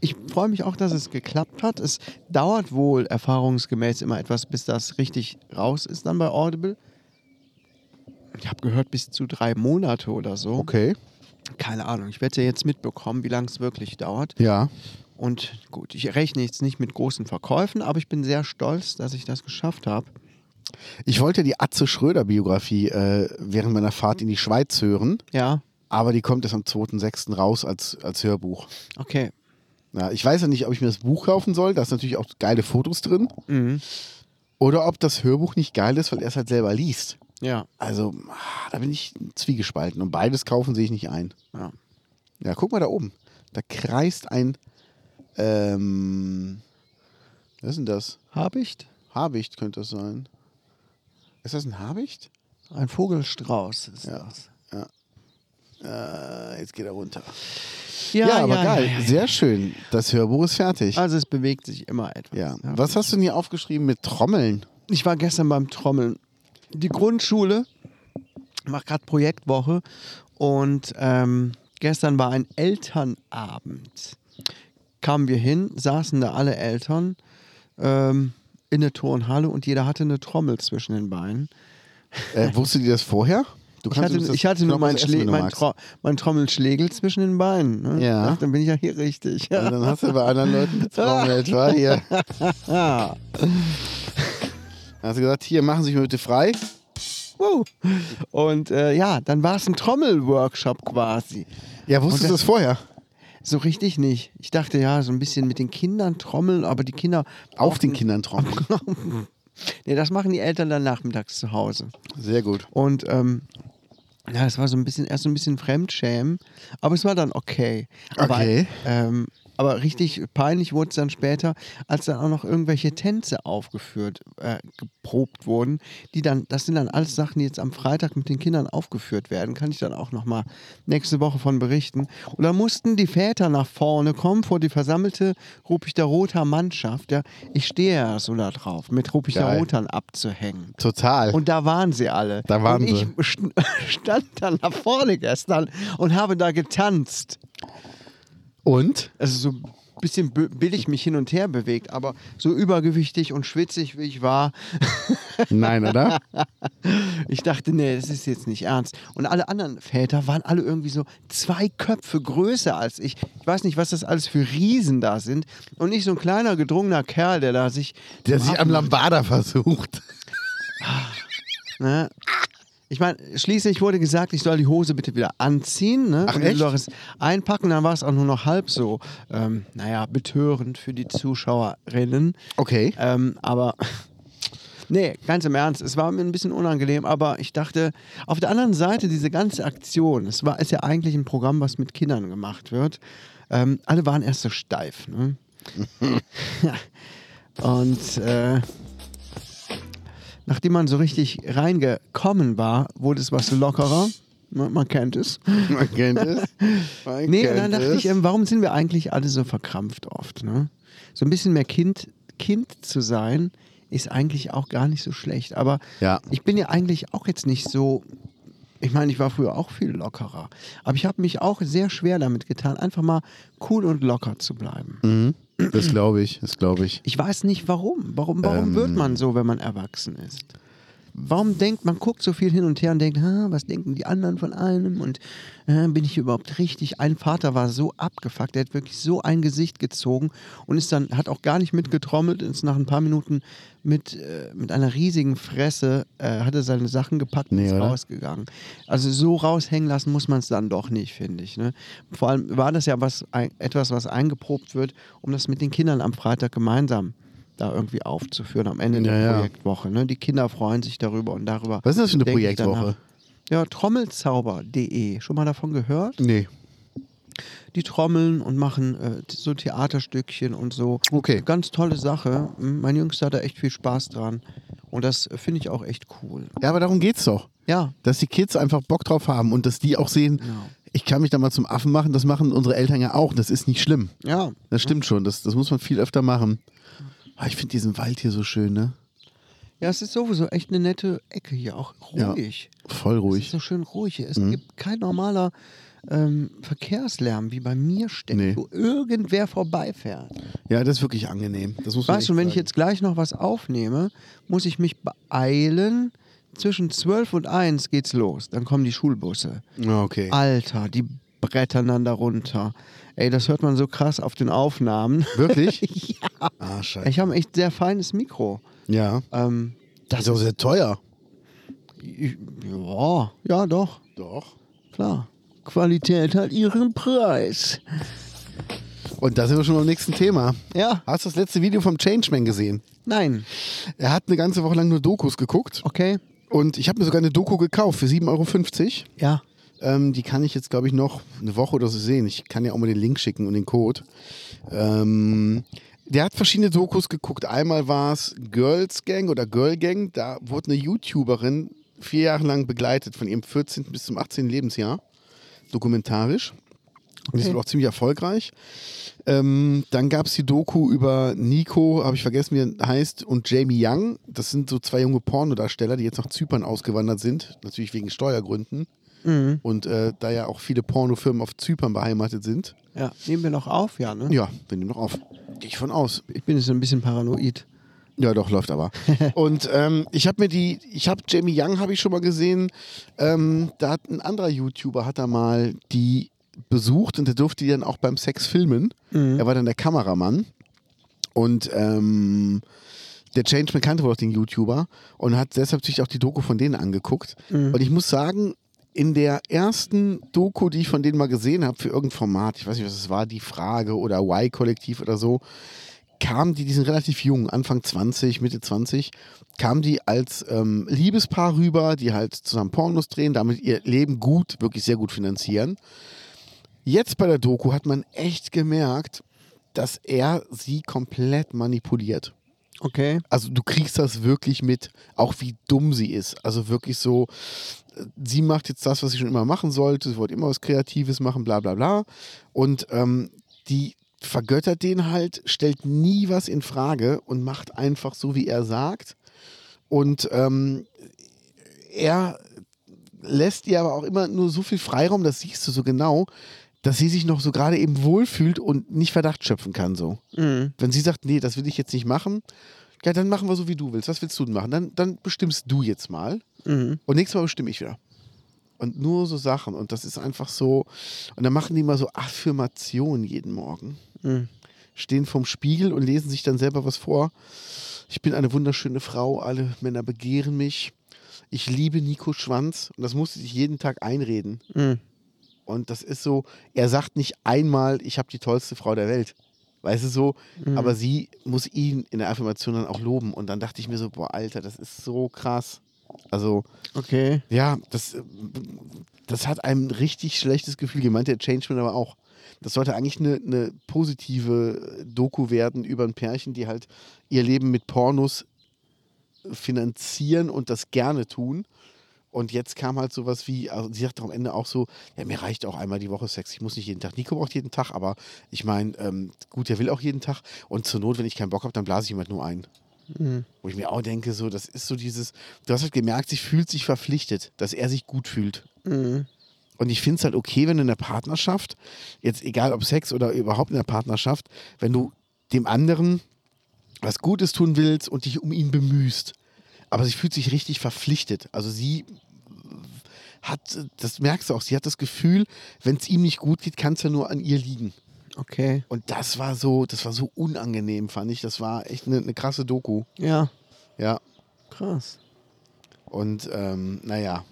Speaker 3: ich freue mich auch, dass es geklappt hat. Es dauert wohl erfahrungsgemäß immer etwas, bis das richtig raus ist dann bei Audible. Ich habe gehört, bis zu drei Monate oder so.
Speaker 4: Okay.
Speaker 3: Keine Ahnung. Ich werde ja jetzt mitbekommen, wie lange es wirklich dauert.
Speaker 4: Ja.
Speaker 3: Und gut, ich rechne jetzt nicht mit großen Verkäufen, aber ich bin sehr stolz, dass ich das geschafft habe.
Speaker 4: Ich wollte die Atze Schröder-Biografie äh, während meiner Fahrt in die Schweiz hören,
Speaker 3: Ja,
Speaker 4: aber die kommt erst am 2.6. raus als, als Hörbuch.
Speaker 3: okay.
Speaker 4: Ja, ich weiß ja nicht, ob ich mir das Buch kaufen soll. Da ist natürlich auch geile Fotos drin.
Speaker 3: Mhm.
Speaker 4: Oder ob das Hörbuch nicht geil ist, weil er es halt selber liest.
Speaker 3: Ja,
Speaker 4: Also, ah, da bin ich zwiegespalten. Und beides kaufen sehe ich nicht ein.
Speaker 3: ja.
Speaker 4: Ja, guck mal da oben. Da kreist ein. Ähm, was ist denn das?
Speaker 3: Habicht?
Speaker 4: Habicht könnte das sein. Ist das ein Habicht?
Speaker 3: Ein Vogelstrauß ist
Speaker 4: Ja.
Speaker 3: das.
Speaker 4: Äh, jetzt geht er runter.
Speaker 3: Ja,
Speaker 4: Ja, aber
Speaker 3: ja,
Speaker 4: geil.
Speaker 3: ja, ja.
Speaker 4: Sehr schön. Das Hörbuch ist fertig.
Speaker 3: Also es bewegt sich immer etwas.
Speaker 4: ja. Was hast du denn hier aufgeschrieben mit Trommeln?
Speaker 3: Ich war gestern beim Trommeln. Die Grundschule macht gerade Projektwoche und ähm, gestern war ein Elternabend. Kamen wir hin, saßen da alle Eltern ähm, in der Turnhalle und jeder hatte eine Trommel zwischen den Beinen.
Speaker 4: Äh, wusstet ihr das vorher? Du
Speaker 3: Ich hatte,
Speaker 4: uns das
Speaker 3: ich hatte nur
Speaker 4: Knoblauch
Speaker 3: mein,
Speaker 4: essen,
Speaker 3: Schlä
Speaker 4: wenn du
Speaker 3: mein,
Speaker 4: magst.
Speaker 3: Tro mein Trommelschlägel zwischen den Beinen. Ne?
Speaker 4: Ja.
Speaker 3: Ich dachte, Dann bin ich ja hier richtig. Ja.
Speaker 4: Und Also dann hast du bei anderen Leuten getrommelt, war hier. Dann hast du gesagt, hier, machen Sie sich mal bitte frei.
Speaker 3: Wow. Und äh, ja, dann war es ein Trommelworkshop quasi.
Speaker 4: Ja, wusstest du das vorher?
Speaker 3: So richtig nicht. Ich dachte ja, so ein bisschen mit den Kindern trommeln, aber die Kinder.
Speaker 4: Auf den Kindern trommeln.
Speaker 3: Nee, das machen die Eltern dann nachmittags zu Hause.
Speaker 4: Sehr gut.
Speaker 3: Und ähm, ja, es war so ein bisschen, erst so ein bisschen Fremdschämen, aber es war dann okay. Aber,
Speaker 4: Okay.
Speaker 3: Ähm, aber richtig peinlich wurde es dann später, als dann auch noch irgendwelche Tänze aufgeführt, äh, geprobt wurden, die dann, das sind dann alles Sachen, die jetzt am Freitag mit den Kindern aufgeführt werden, kann ich dann auch nochmal nächste Woche von berichten. Und da mussten die Väter nach vorne kommen, vor die versammelte Rupichter Roter Mannschaft, ja, ich stehe ja so da drauf, mit Rupichter
Speaker 4: Geil.
Speaker 3: Rotern abzuhängen.
Speaker 4: Total.
Speaker 3: Und da waren sie alle.
Speaker 4: Da waren
Speaker 3: und ich st- stand dann nach vorne gestern und habe da getanzt.
Speaker 4: Und?
Speaker 3: Also so ein bisschen bi- billig mich hin und her bewegt, aber so übergewichtig und schwitzig wie ich war,
Speaker 4: Nein, oder?
Speaker 3: ich dachte, nee, das ist jetzt nicht ernst. Und alle anderen Väter waren alle irgendwie so zwei Köpfe größer als ich. Ich weiß nicht, was das alles für Riesen da sind. Und nicht so ein kleiner, gedrungener Kerl, der da sich
Speaker 4: Der sich am Lambada versucht.
Speaker 3: Ne? Ich meine, schließlich wurde gesagt, ich soll die Hose bitte wieder anziehen. Ne?
Speaker 4: Ach,
Speaker 3: und die
Speaker 4: echt?
Speaker 3: Loris einpacken, dann war es auch nur noch halb so, ähm, naja, betörend für die Zuschauerinnen.
Speaker 4: Okay.
Speaker 3: Ähm, aber, nee, ganz im Ernst, es war mir ein bisschen unangenehm, aber ich dachte, auf der anderen Seite, diese ganze Aktion, es war, ist ja eigentlich ein Programm, was mit Kindern gemacht wird. Ähm, alle waren erst so steif. Ne? Und äh, nachdem man so richtig reingekommen war, wurde es was lockerer. Man, man kennt es.
Speaker 4: Man kennt es. Man
Speaker 3: Nee, und
Speaker 4: kennt
Speaker 3: dann dachte
Speaker 4: es.
Speaker 3: ich, ähm, warum sind wir eigentlich alle so verkrampft oft? Ne? So ein bisschen mehr Kind, kind zu sein, ist eigentlich auch gar nicht so schlecht. Aber
Speaker 4: Ja.
Speaker 3: ich bin ja eigentlich auch jetzt nicht so. Ich meine, ich war früher auch viel lockerer. Aber ich habe mich auch sehr schwer damit getan, einfach mal cool und locker zu bleiben.
Speaker 4: Das glaube ich, das glaube ich.
Speaker 3: Ich weiß nicht warum. Warum, warum wird man so, wenn man erwachsen ist? Warum denkt man, guckt so viel hin und her und denkt, "Ha, was denken die anderen von einem und äh, bin ich überhaupt richtig? Ein Vater war so abgefuckt, der hat wirklich so ein Gesicht gezogen und ist dann, hat auch gar nicht mitgetrommelt, ist nach ein paar Minuten mit, äh, mit einer riesigen Fresse, äh, hat er seine Sachen gepackt und
Speaker 4: Nee,
Speaker 3: ist
Speaker 4: oder?
Speaker 3: rausgegangen. Also so raushängen lassen muss man es dann doch nicht, finde ich. Ne? Vor allem war das ja was, ein, etwas, was eingeprobt wird, um das mit den Kindern am Freitag gemeinsam da irgendwie aufzuführen am Ende der
Speaker 4: Ja, ja.
Speaker 3: Projektwoche. Ne? Die Kinder freuen sich darüber und darüber.
Speaker 4: Was ist das für eine
Speaker 3: denke ich danach.
Speaker 4: Projektwoche?
Speaker 3: Ja, trommelzauber.de. Schon mal davon gehört?
Speaker 4: Nee.
Speaker 3: Die trommeln und machen äh, so Theaterstückchen und so.
Speaker 4: Okay.
Speaker 3: Ganz tolle Sache. Mhm, Mein Jüngster hat da echt viel Spaß dran. Und das äh, finde ich auch echt cool.
Speaker 4: Ja, aber darum geht's doch.
Speaker 3: Ja,
Speaker 4: Dass die Kids einfach Bock drauf haben und dass die auch sehen,
Speaker 3: Genau.
Speaker 4: ich kann mich da mal zum Affen machen, das machen unsere Eltern ja auch. Das ist nicht schlimm.
Speaker 3: ja.
Speaker 4: Das stimmt schon, das, das muss man viel öfter machen. Ah, ich finde diesen Wald hier so schön, ne?
Speaker 3: Ja, es ist sowieso echt eine nette Ecke hier. Auch ruhig.
Speaker 4: Voll
Speaker 3: Es ist
Speaker 4: ruhig. Mhm.
Speaker 3: so schön ruhig hier. Es gibt kein normaler ähm, Verkehrslärm, wie bei mir steckt,
Speaker 4: Nee.
Speaker 3: wo irgendwer vorbeifährt.
Speaker 4: Ja, das ist wirklich angenehm. Das muss man
Speaker 3: Weißt
Speaker 4: echt
Speaker 3: du, wenn ich
Speaker 4: sagen.
Speaker 3: jetzt gleich noch was aufnehme, muss ich mich beeilen. Zwischen 12 und 1 geht's los. Dann kommen die Schulbusse.
Speaker 4: Ja, Ah, Okay.
Speaker 3: Alter, die brettern dann da runter. Ey, das hört man so krass auf den Aufnahmen.
Speaker 4: Wirklich? ja. Ah, scheiße.
Speaker 3: Ich habe ein echt sehr feines Mikro.
Speaker 4: Ja.
Speaker 3: Ähm,
Speaker 4: Das ist auch sehr teuer.
Speaker 3: ich, ja, ja, doch,
Speaker 4: Doch.
Speaker 3: klar. Qualität hat ihren Preis.
Speaker 4: Und da sind wir schon beim nächsten Thema.
Speaker 3: Ja.
Speaker 4: Hast du das letzte Video vom Changeman gesehen?
Speaker 3: Nein,
Speaker 4: Er hat eine ganze Woche lang nur Dokus geguckt.
Speaker 3: okay,
Speaker 4: Und ich habe mir sogar eine Doku gekauft für 7,50 Euro.
Speaker 3: ja.
Speaker 4: Ähm, die kann ich jetzt, glaube ich, noch eine Woche oder so sehen. Ich kann ja auch mal den Link schicken und den Code. Ähm, der hat verschiedene Dokus geguckt. Einmal war es Girls Gang oder Girl Gang. Da wurde eine YouTuberin vier Jahre lang begleitet, von ihrem 14. bis zum 18. Lebensjahr. dokumentarisch. Und die ist wohl auch ziemlich erfolgreich. Ähm, dann gab es die Doku über Nico, habe ich vergessen, wie er heißt, und Jamie Young. Das sind so zwei junge Pornodarsteller, die jetzt nach Zypern ausgewandert sind. Natürlich wegen Steuergründen. Und äh, da ja auch viele Pornofirmen auf Zypern beheimatet sind.
Speaker 3: Ja, nehmen wir noch auf, ja, ne?
Speaker 4: Ja, wir nehmen noch auf. Gehe ich von aus.
Speaker 3: Ich bin jetzt ein bisschen paranoid.
Speaker 4: Ja, doch, läuft aber. Und ähm, ich habe mir die, ich habe Jamie Young, habe ich schon mal gesehen. Ähm, da hat ein anderer YouTuber, hat er mal die besucht und der durfte die dann auch beim Sex filmen. Er war dann der Kameramann. Und ähm, der Changeman kannte wohl auch den YouTuber und hat deshalb sich auch die Doku von denen angeguckt. Und ich muss sagen, in der ersten Doku, die ich von denen mal gesehen habe, für irgendein Format, ich weiß nicht, was es war, die Frage oder Y-Kollektiv oder so, kamen die, die sind relativ jung, Anfang 20, Mitte 20, kamen die als ähm, Liebespaar rüber, die halt zusammen Pornos drehen, damit ihr Leben gut, wirklich sehr gut finanzieren. Jetzt bei der Doku hat man echt gemerkt, dass er sie komplett manipuliert.
Speaker 3: Okay.
Speaker 4: Also du kriegst das wirklich mit, auch wie dumm sie ist. Also wirklich so, äh, sie macht jetzt das, was sie schon immer machen sollte, sie wollte immer was Kreatives machen, bla bla bla. Und ähm, die vergöttert den halt, stellt nie was in Frage und macht einfach so, wie er sagt. Und ähm, er lässt ihr aber auch immer nur so viel Freiraum, das siehst du so genau, dass sie sich noch so gerade eben wohlfühlt und nicht Verdacht schöpfen kann so. Wenn sie sagt, nee, das will ich jetzt nicht machen, ja, dann machen wir so, wie du willst. Was willst du denn machen? Dann, dann bestimmst du jetzt mal. Und nächstes Mal bestimme ich wieder. Und nur so Sachen. Und das ist einfach so. Und dann machen die mal so Affirmationen jeden Morgen. Stehen vorm Spiegel und lesen sich dann selber was vor. Ich bin eine wunderschöne Frau, alle Männer begehren mich. Ich liebe Nico Schwanz. Und das musste ich jeden Tag einreden.
Speaker 3: hm,
Speaker 4: Und das ist so, er sagt nicht einmal, ich habe die tollste Frau der Welt. Weißt du so? Aber sie muss ihn in der Affirmation dann auch loben. Und dann dachte ich mir so, boah, Alter, das ist so krass. Also,
Speaker 3: Okay.
Speaker 4: ja, das, äh, das hat einem ein richtig schlechtes Gefühl gemeint, der Changeman aber auch. Das sollte eigentlich eine, eine positive Doku werden über ein Pärchen, die halt ihr Leben mit Pornos finanzieren und das gerne tun. Und jetzt kam halt sowas wie, also sie sagte am Ende auch so, ja, mir reicht auch einmal die Woche Sex. Ich muss nicht jeden Tag. Nico braucht jeden Tag, aber ich meine, ähm, gut, der will auch jeden Tag. Und zur Not, wenn ich keinen Bock habe, dann blase ich jemand nur ein. Wo ich mir auch denke, so, das ist so dieses, du hast halt gemerkt, sie fühlt sich verpflichtet, dass er sich gut fühlt. Und ich finde es halt okay, wenn du in der Partnerschaft, jetzt egal ob Sex oder überhaupt in der Partnerschaft, wenn du dem anderen was Gutes tun willst und dich um ihn bemühst. Aber sie fühlt sich richtig verpflichtet. Also sie hat, das merkst du auch, sie hat das Gefühl, wenn es ihm nicht gut geht, kann es ja nur an ihr liegen.
Speaker 3: Okay.
Speaker 4: Und das war so, das war so unangenehm, fand ich. Das war echt eine eine krasse Doku.
Speaker 3: Ja.
Speaker 4: Ja.
Speaker 3: Krass.
Speaker 4: Und ähm, naja,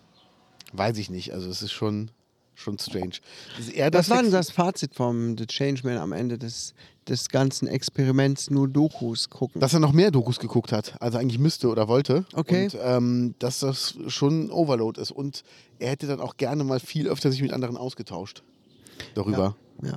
Speaker 4: weiß ich nicht. Also es ist schon, schon strange. Ist eher
Speaker 3: Das
Speaker 4: das
Speaker 3: war denn
Speaker 4: Sex-
Speaker 3: das Fazit vom The Changeman am Ende des, des ganzen Experiments, nur Dokus gucken.
Speaker 4: dass er noch mehr Dokus geguckt hat, als er eigentlich müsste oder wollte.
Speaker 3: Okay.
Speaker 4: Und ähm, dass das schon ein Overload ist. Und er hätte dann auch gerne mal viel öfter sich mit anderen ausgetauscht darüber.
Speaker 3: ja.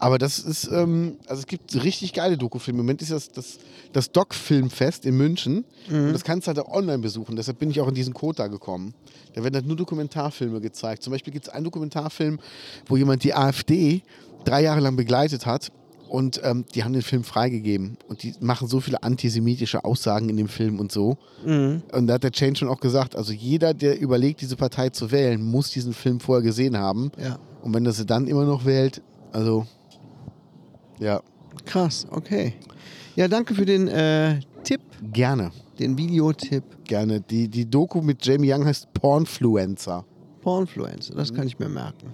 Speaker 4: Aber das ist, ähm, also es gibt richtig geile Dokufilme. Im Moment ist das das, das Doc-Filmfest in München. Und das kannst du halt auch online besuchen. Deshalb bin ich auch in diesen Kota gekommen. Da werden halt nur Dokumentarfilme gezeigt. Zum Beispiel gibt es einen Dokumentarfilm, wo jemand die AfD drei Jahre lang begleitet hat. Und ähm, die haben den Film freigegeben. Und die machen so viele antisemitische Aussagen in dem Film und so. Und da hat der Chain schon auch gesagt, also jeder, der überlegt, diese Partei zu wählen, muss diesen Film vorher gesehen haben.
Speaker 3: Ja.
Speaker 4: Und wenn er sie dann immer noch wählt, also ja,
Speaker 3: Krass, okay. Ja, danke für den äh, Tipp,
Speaker 4: gerne.
Speaker 3: den Videotipp.
Speaker 4: Gerne. Die, die Doku mit Jamie Young heißt Pornfluencer.
Speaker 3: Pornfluencer, das
Speaker 4: Mhm.
Speaker 3: kann ich mir merken.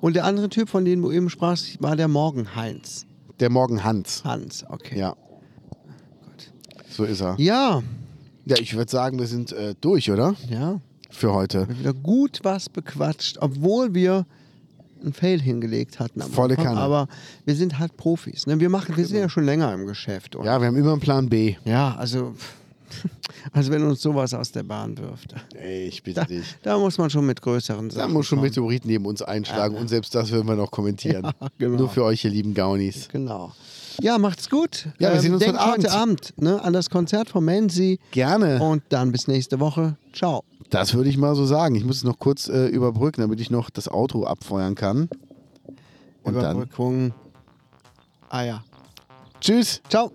Speaker 3: Und der andere Typ, von dem du eben sprachst, war der Morgenheinz.
Speaker 4: Der Morgen Hans.
Speaker 3: Hans, okay.
Speaker 4: Ja. So ist er.
Speaker 3: Ja,
Speaker 4: Ja, ich würde sagen, wir sind äh, durch, oder?
Speaker 3: ja.
Speaker 4: Für heute.
Speaker 3: Wir haben wieder gut was bequatscht, obwohl wir einen Fail hingelegt hatten. Am
Speaker 4: Volle
Speaker 3: Anfang,
Speaker 4: Kanne. Genau.
Speaker 3: Aber wir sind halt Profis. Ne? Wir, machen, wir sind ja schon länger im Geschäft. Und
Speaker 4: Ja, wir haben immer einen Plan B.
Speaker 3: ja, also, also wenn uns sowas aus der Bahn wirft.
Speaker 4: Ey, ich bitte
Speaker 3: Da,
Speaker 4: dich.
Speaker 3: da muss man schon mit größeren
Speaker 4: Da
Speaker 3: Sachen.
Speaker 4: muss schon
Speaker 3: kommen.
Speaker 4: Meteoriten neben uns einschlagen und selbst das würden wir noch kommentieren.
Speaker 3: Ja, genau.
Speaker 4: Nur für euch, ihr lieben Gaunis.
Speaker 3: Genau. Ja, macht's gut. Ähm,
Speaker 4: Ja, wir sehen uns
Speaker 3: denkt
Speaker 4: heute
Speaker 3: heute Abend ne, an das Konzert von Mansi.
Speaker 4: Gerne.
Speaker 3: Und dann bis nächste Woche. Ciao.
Speaker 4: Das würde ich mal so sagen. Ich muss es noch kurz äh, überbrücken, damit ich noch das Auto abfeuern kann. Und dann.
Speaker 3: Überbrückung. Ah ja.
Speaker 4: Tschüss.
Speaker 3: Ciao.